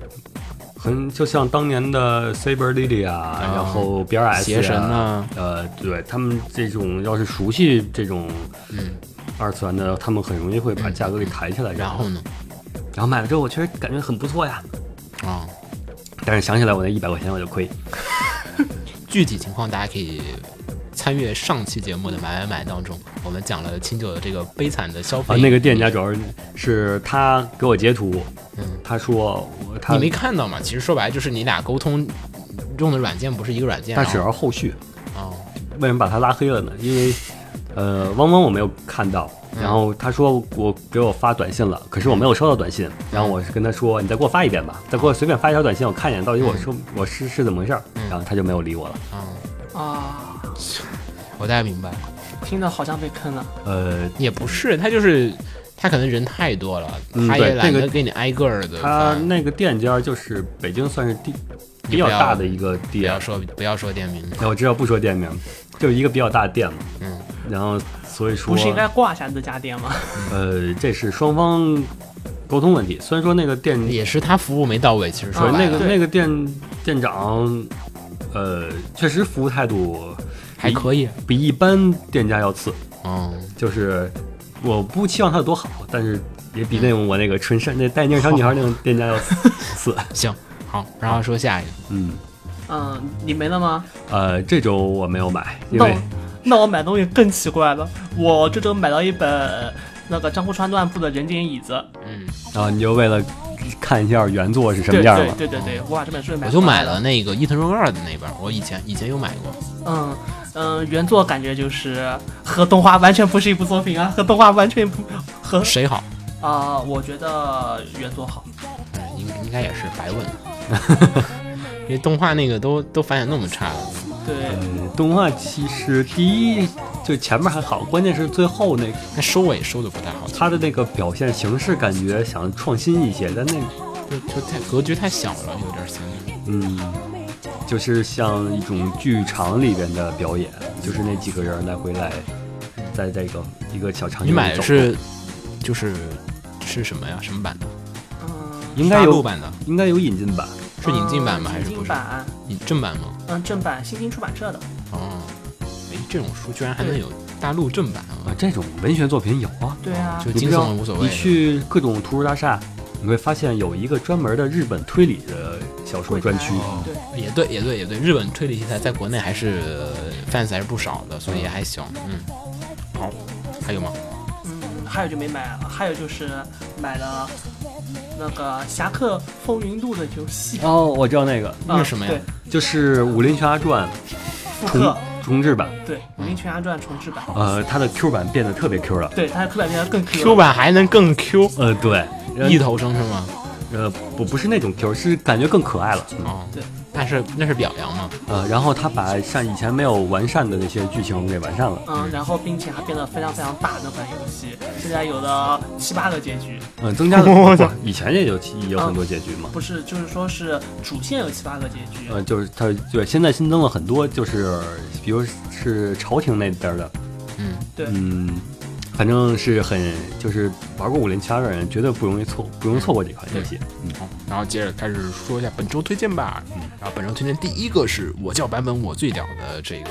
很就像当年的 Saber Lily 啊，然后 BRS 啊邪神啊，呃，对他们这种要是熟悉这种嗯，二次元的，他们很容易会把价格给抬起来，然后呢？然后买了之后，我确实感觉很不错呀，啊、但是想起来我那一百块钱我就亏。哎具体情况大家可以参阅上期节目的买买买当中，我们讲了清酒的这个悲惨的消啊，费。那个店家主要是是他给我截图，嗯他说我他你没看到吗？其实说白了就是你俩沟通用的软件不是一个软件。但是然后要后续哦，为什么把他拉黑了呢？因为呃，汪汪我没有看到，嗯然后他说我给我发短信了，可是我没有收到短嗯信，然后我是跟他说你再给我发一遍吧，再给我随便发一条短信，我看一眼到底我嗯收我是是怎么回事儿，然后他就没有理我了。嗯，啊，我大概明白了。听着好像被坑了。呃，也不是，他就是他可能人太多了，嗯他也对懒那得个给你挨个儿的他翻。那个店家就是北京算是第比你较不要大的一个不店要，说不要说店名，那我知道不说店名，就一个比较大的店嘛，嗯，然后所以说不是应该挂一下这家店吗？呃，这是双方沟通问题。虽然说那个店，也是他服务没到位，其实说说白那了个啊对那个店店长，呃，确实服务态度还可以，比一般店家要次，嗯，就是我不期望它有多好，但是也比那种我那个纯善那戴眼镜小女孩那种店家要次 次。行，好，然后说下一个，嗯，嗯，你没了吗？呃，这周我没有买，因那为我那我买东西更奇怪了，我这周买到一本那个江户川乱步的《人间椅子》。嗯，啊，你就为了看一下原作是什么对样对了。对对对，我把这本书也买。我就买了。那个伊藤润二的那本，我以前以前有买过，嗯嗯，原作感觉就是和动画完全不是一部作品啊，和动画完全不和谁好？啊、我觉得原作好。嗯，应应该也是白问了， 因为动画那个都都反响那么差了，对，嗯，动画其实第一就前面还好，关键是最后那那收尾收的不太好，他的那个表现形式感觉想创新一些，但那就就太格局太小了，有点像。嗯，就是像一种剧场里边的表演，就是那几个人来回来，在这个一个小场景里啊你买的走是就是是什么呀？什么版的？嗯，应该大陆有版的，应该有引进版，是引进版吗？还是引不进是？版？引正版吗？嗯，正版新京出版社的。哦，哎，这种书居然还能对有大陆正版啊啊！，这种文学作品有啊，对啊，就你惊不知道悚无所谓你。去各种图书大厦，你会发现有一个专门的日本推理的小说柜专台哦区。对，也对，也对，也对，日本推理题材在国内还是 fans 还是不少的，所以也还行。嗯，好，还有吗？嗯，还有就没买了，还有就是买了那个《侠客风云录》的游戏。哦，我知道那个，那啊是什么呀对，就是《武林全侠传》复重刻。重制版，对，《武林全侠传》重制版。呃，它的 Q 版变得特别 Q 了。对，它的刻板变得更哦 Q 版还能更 Q，呃，对，一头生是吗？呃，不不是那种 Q，是感觉更可爱了。嗯哦对，但是那是表扬嘛。呃，然后他把像以前没有完善的那些剧情给完善了。嗯，然后并且还变得非常非常大那款游戏，现在有了七八个结局，嗯、增 加了不以前也有也有很多结局嘛。不是，就是说是主线有七八个结局，呃，就是他对，现在新增了很多，就是比如是朝廷那边的，嗯，对，嗯，反正是很就是玩过《武林七侠》的人绝对不容易错，不容错过这款游戏。嗯好，然后接着开始说一下本周推荐吧。嗯，然后本周推荐第一个是我叫版本我最屌的这个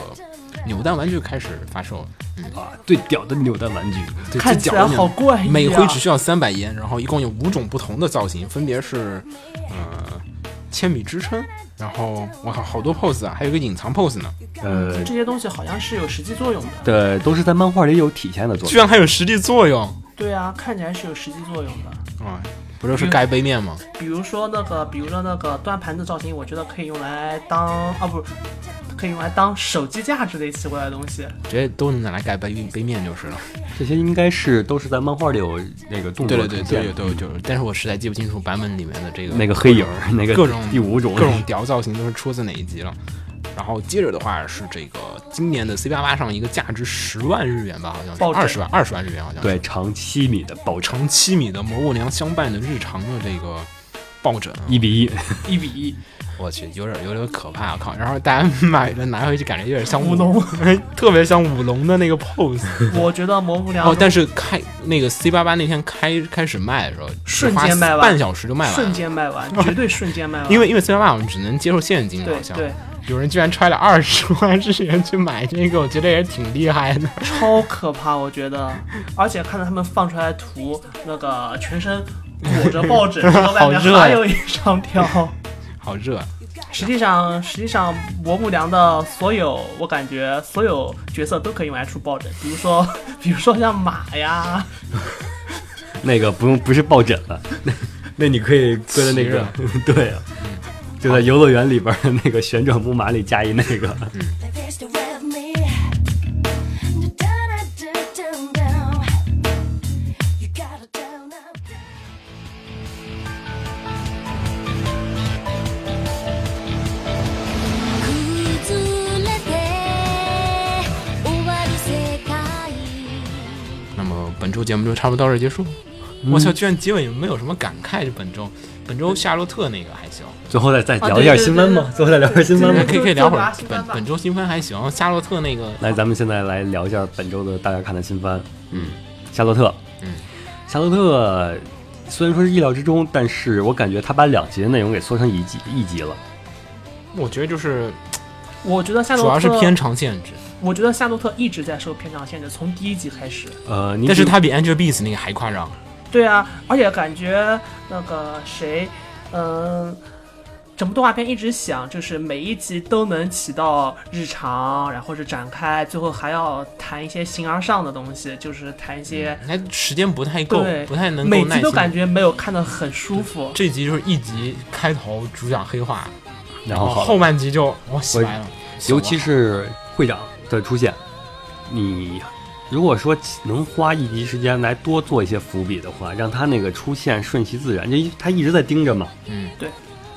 扭蛋玩具开始发售了。嗯，啊，最屌的扭蛋玩具，对看最起屌来的扭好怪异、啊，每回只需要三百烟，然后一共有五种不同的造型，分别是，呃，千米支撑，然后我靠，好多 pose 啊，还有一个隐藏 pose 呢，呃，这些东西好像是有实际作用的，对，都是在漫画里有体现的作居用。然还有实际作用对啊，看起来是有实际作用的。啊！不就是盖杯面吗？比如说那个，比如说那个端盘子造型，我觉得可以用来当啊，不是，可以用来当手机架之类奇怪的东西。直接都能拿来盖杯杯面就是了。这些应该是都是在漫画里有那个动对作对对出现对的对，就是，但是我实在记不清楚版本里面的这个那个黑影儿，那个各种第五种各种屌造型都是出自哪一集了。然后接着的话是这个今年的 C 八八上一个价值十万日元吧，好像是暴涨二十万二十万日元好像是对，长七米的爆炸，长七米的蘑菇娘相伴的日常的这个抱着，一比一，一比 一，我去，有点有点可怕，我靠！然后大家买了拿回去，感觉有点像舞龙， 特别像舞龙的那个 pose。我觉得蘑菇娘哦，但是开那个 C 八八那天开开始卖的时候，瞬花间卖完半小时就卖完了，瞬间卖完，绝对瞬间卖完，因为因为 C 八八我们只能接受现金，啊对好像对有人居然揣了二十万日元去买这个，我觉得也挺厉害 的。超可怕，我觉得，而且看到他们放出来的图，那个全身裹着 抱枕，然后外面好热呀还有一张票。好热，啊实际上，实际上蘑菇娘的所有，我感觉所有角色都可以用来出抱枕，比如说， 比如说像马呀，那个不用不是抱枕了， 那那你可以搁在那个 对啊，就在游乐园里边儿那个旋转木马里加一那个，那么本周节目就差不多到这儿结束。嗯我操，居然结尾也没有什么感慨。这本周，本周夏洛特那个还行，最后再再啊聊对一下对对新番吧，对最后再聊一下新番对吧对。可以可以就聊会就拿儿新番本吧本周新番还行。夏洛特那个来，咱们现在来聊一下本周的大家看的新番，嗯，夏洛特，嗯，夏洛特虽然说是意料之中，但是我感觉他把两集的内容给缩成一集一集了，我觉得就是我觉得夏主洛要是特，偏长限制，我觉得夏洛特一直在受片场限制，从第一集开始。呃，你但是只他比 Angelababy 那个还夸张。对啊，而且感觉那个谁，嗯、整部动画片一直想就是每一集都能起到日常，然后是展开，最后还要谈一些形而上的东西，就是谈一些，那时间不嗯太够对，不太能够每耐心集都。感觉没有看得很舒服。这集就是一集开头主讲黑化，然哦后好了后半集就我洗白了，尤其是会长的出现，你如果说能花一集时间来多做一些伏笔的话，让他那个出现顺其自然，就一他一直在盯着嘛，嗯，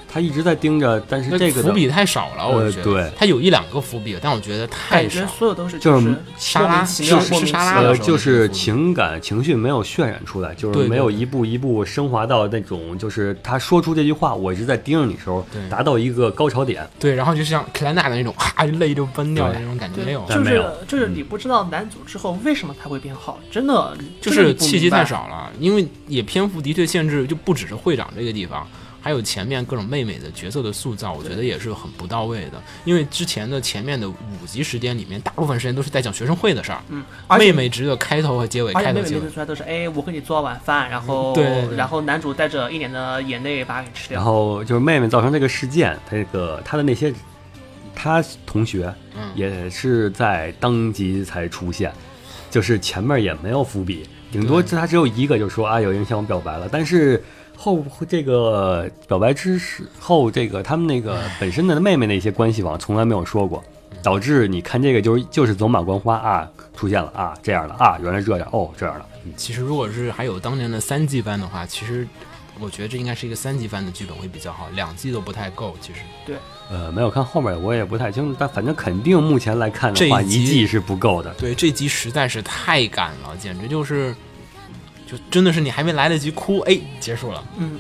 他一直在盯着，但是那这个的伏笔太少了，我呃觉得。对他有一两个伏笔，但我觉得感太少觉。所有都是就是是沙莫拉名其妙，是莫名是其沙拉妙呃，的时候就是那个伏笔情感情绪没有渲染出来，就对是对没有对一步一步升华到那种，就是他说出这句话，我一直在盯着你的时候对，达到一个高潮点。对，然后就像克兰娜的那种，啊，泪就崩掉的对那种感觉对没有，嗯但就没有是就是你不知道男主之后为什么他会变好，真的就真的是你不契机明白太少了，因为也篇幅的确限制，就不只是会长这个地方，还有前面各种妹妹的角色的塑造，我觉得也是很不到位的。因为之前的前面的五集时间里面，大部分时间都是在讲学生会的事儿，嗯，而且妹妹只有开头和结尾，而且开头妹妹结每尾次。出来都是，哎，我给你做晚饭，然后、对然后男主带着一脸的眼泪把它给吃然掉。后就是妹妹造成这个事件，他这个他的那些他同学嗯也是在当集才出现，就是前面也没有伏笔，顶多对他只有一个就说啊有人向我表白了，但是。后这个表白之后，这个他们那个本身的妹妹的一些关系网从来没有说过，嗯导致你看这个就是就是走马观花啊，出现了啊这样的啊，原来这样哦这样的，其实如果是还有当年的三季番的话，其实我觉得这应该是一个三季番的剧本会比较好，两季都不太够。其实呃没有看后面我也不太清楚，但反正肯定目前来看这的一话，一集季是不够的，对这集实在是太赶了，简直就是，就真的是你还没来得及哭，哎，结束了。嗯，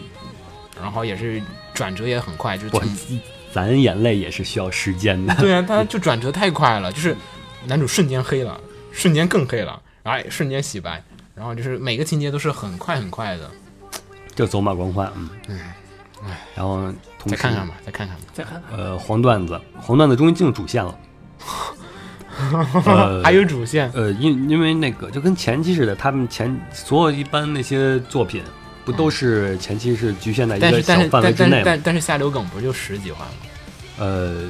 然后也是转折也很快，就我挺咱眼泪也是需要时间的。 对啊，他就转折太快了，就是男主瞬间黑了，瞬间更黑了，然后也瞬间洗白，然后就是每个情节都是很快很快的。就走马观花，嗯，然后同哎时再看看吧，再看看吧，再 看看，呃，黄段子，黄段子终于进入主线了，呃还有主线，呃，因因为那个就跟前期似的，他们前所有一般那些作品不都是前期是局限在一嗯但个是小但是范围但之但内吗？但但是下流梗不是就十几话吗？呃，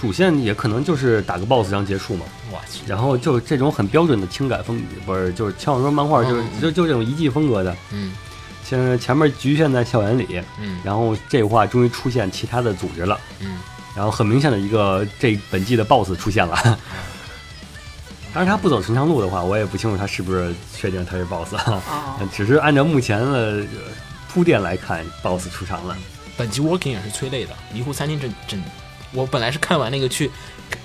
主线也可能就是打个 BOSS 然后结束嘛，我去，然后就这种很标准的轻改风，不是就是轻小说漫画，就是嗯嗯嗯就就这种一季风格的，嗯现在前面局限在校园里，嗯然后这话终于出现其他的组织了，嗯，然后很明显的一个这本季的 BOSS 出现了。嗯 当然，他不走寻常路的话，我也不清楚他是不是确定他是 BOSS 啊啊，哦只是按照目前的呃铺垫来看，BOSS 出场了。本集 working 也是催泪的，迷糊餐厅整整，我本来是看完那个去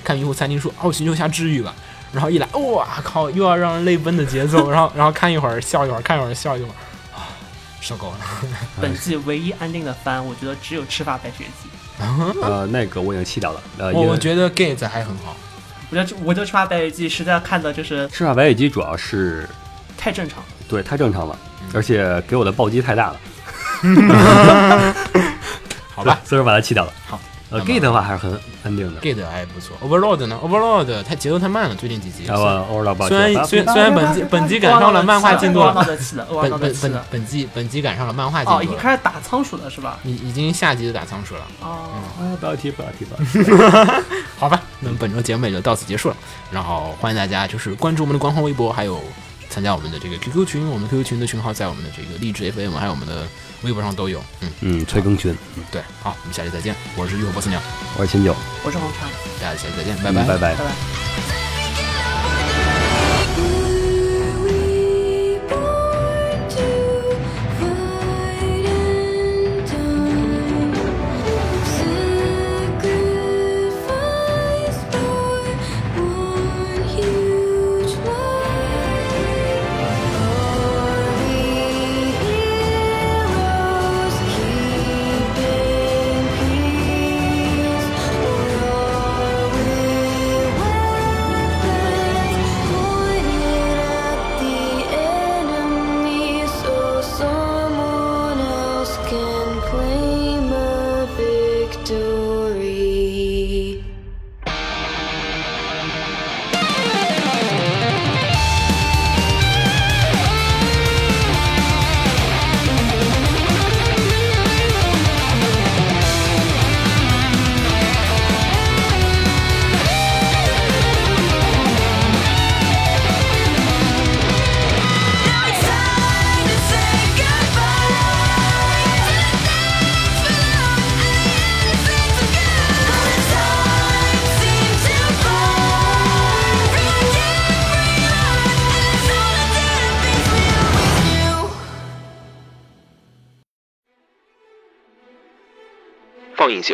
看迷糊餐厅说哦寻求一下治愈吧，然后一来哇靠又要让人泪奔的节奏，然后然后看一会儿笑一会儿，看一会儿笑一会儿，啊受够了。本季唯一安定的番，我觉得只有《赤发白血记》。 嗯呃，那个我已经弃掉了。呃，我因为我觉得 Gate 还很好，我觉得我觉得《赤发白血记》实在看的就是赤发白血鸡主要是太正常了。对太正常了，嗯而且给我的暴击太大了，好 好吧 所以说把它弃掉了。好，呃那么，gate 的话还是很安定的。 ，Gate 还不错。Overlord 呢？Overlord 它节奏太慢了，最近几集。然后欧拉巴虽然虽然虽然本季本季赶上了漫画进度啊了，了，的气了，我本闹的本气本了。本季本季赶上了漫画哦，进度已啊经了，开始打仓鼠了是吧？已已经下集就打仓鼠了。嗯哦，啊，不要提，不要提，不要提。好吧，那么本周节目也就到此结束了。然后欢迎大家就是关注我们的官方微博，还有参加我们的这个 QQ 群。我们 QQ 群的群号在我们的这个励志 FM，还有我们的微博上都有。嗯，嗯，催更群，对，好，我们下期再见。我是浴火波斯鸟，我是秦九，我是红茶，大家下期再见，嗯拜拜拜。拜。 Sacrifice for one huge lie. All the heroes keeping peace. All with weapons pointed at the enemy, so someone else can claim a victory. Now it's time to say goodbye to the things below and the things above. All the time seems to fly. Break in, reload, and it's all the database we always knew. 放映协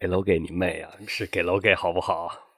给楼给你妹啊，是给楼给好不好？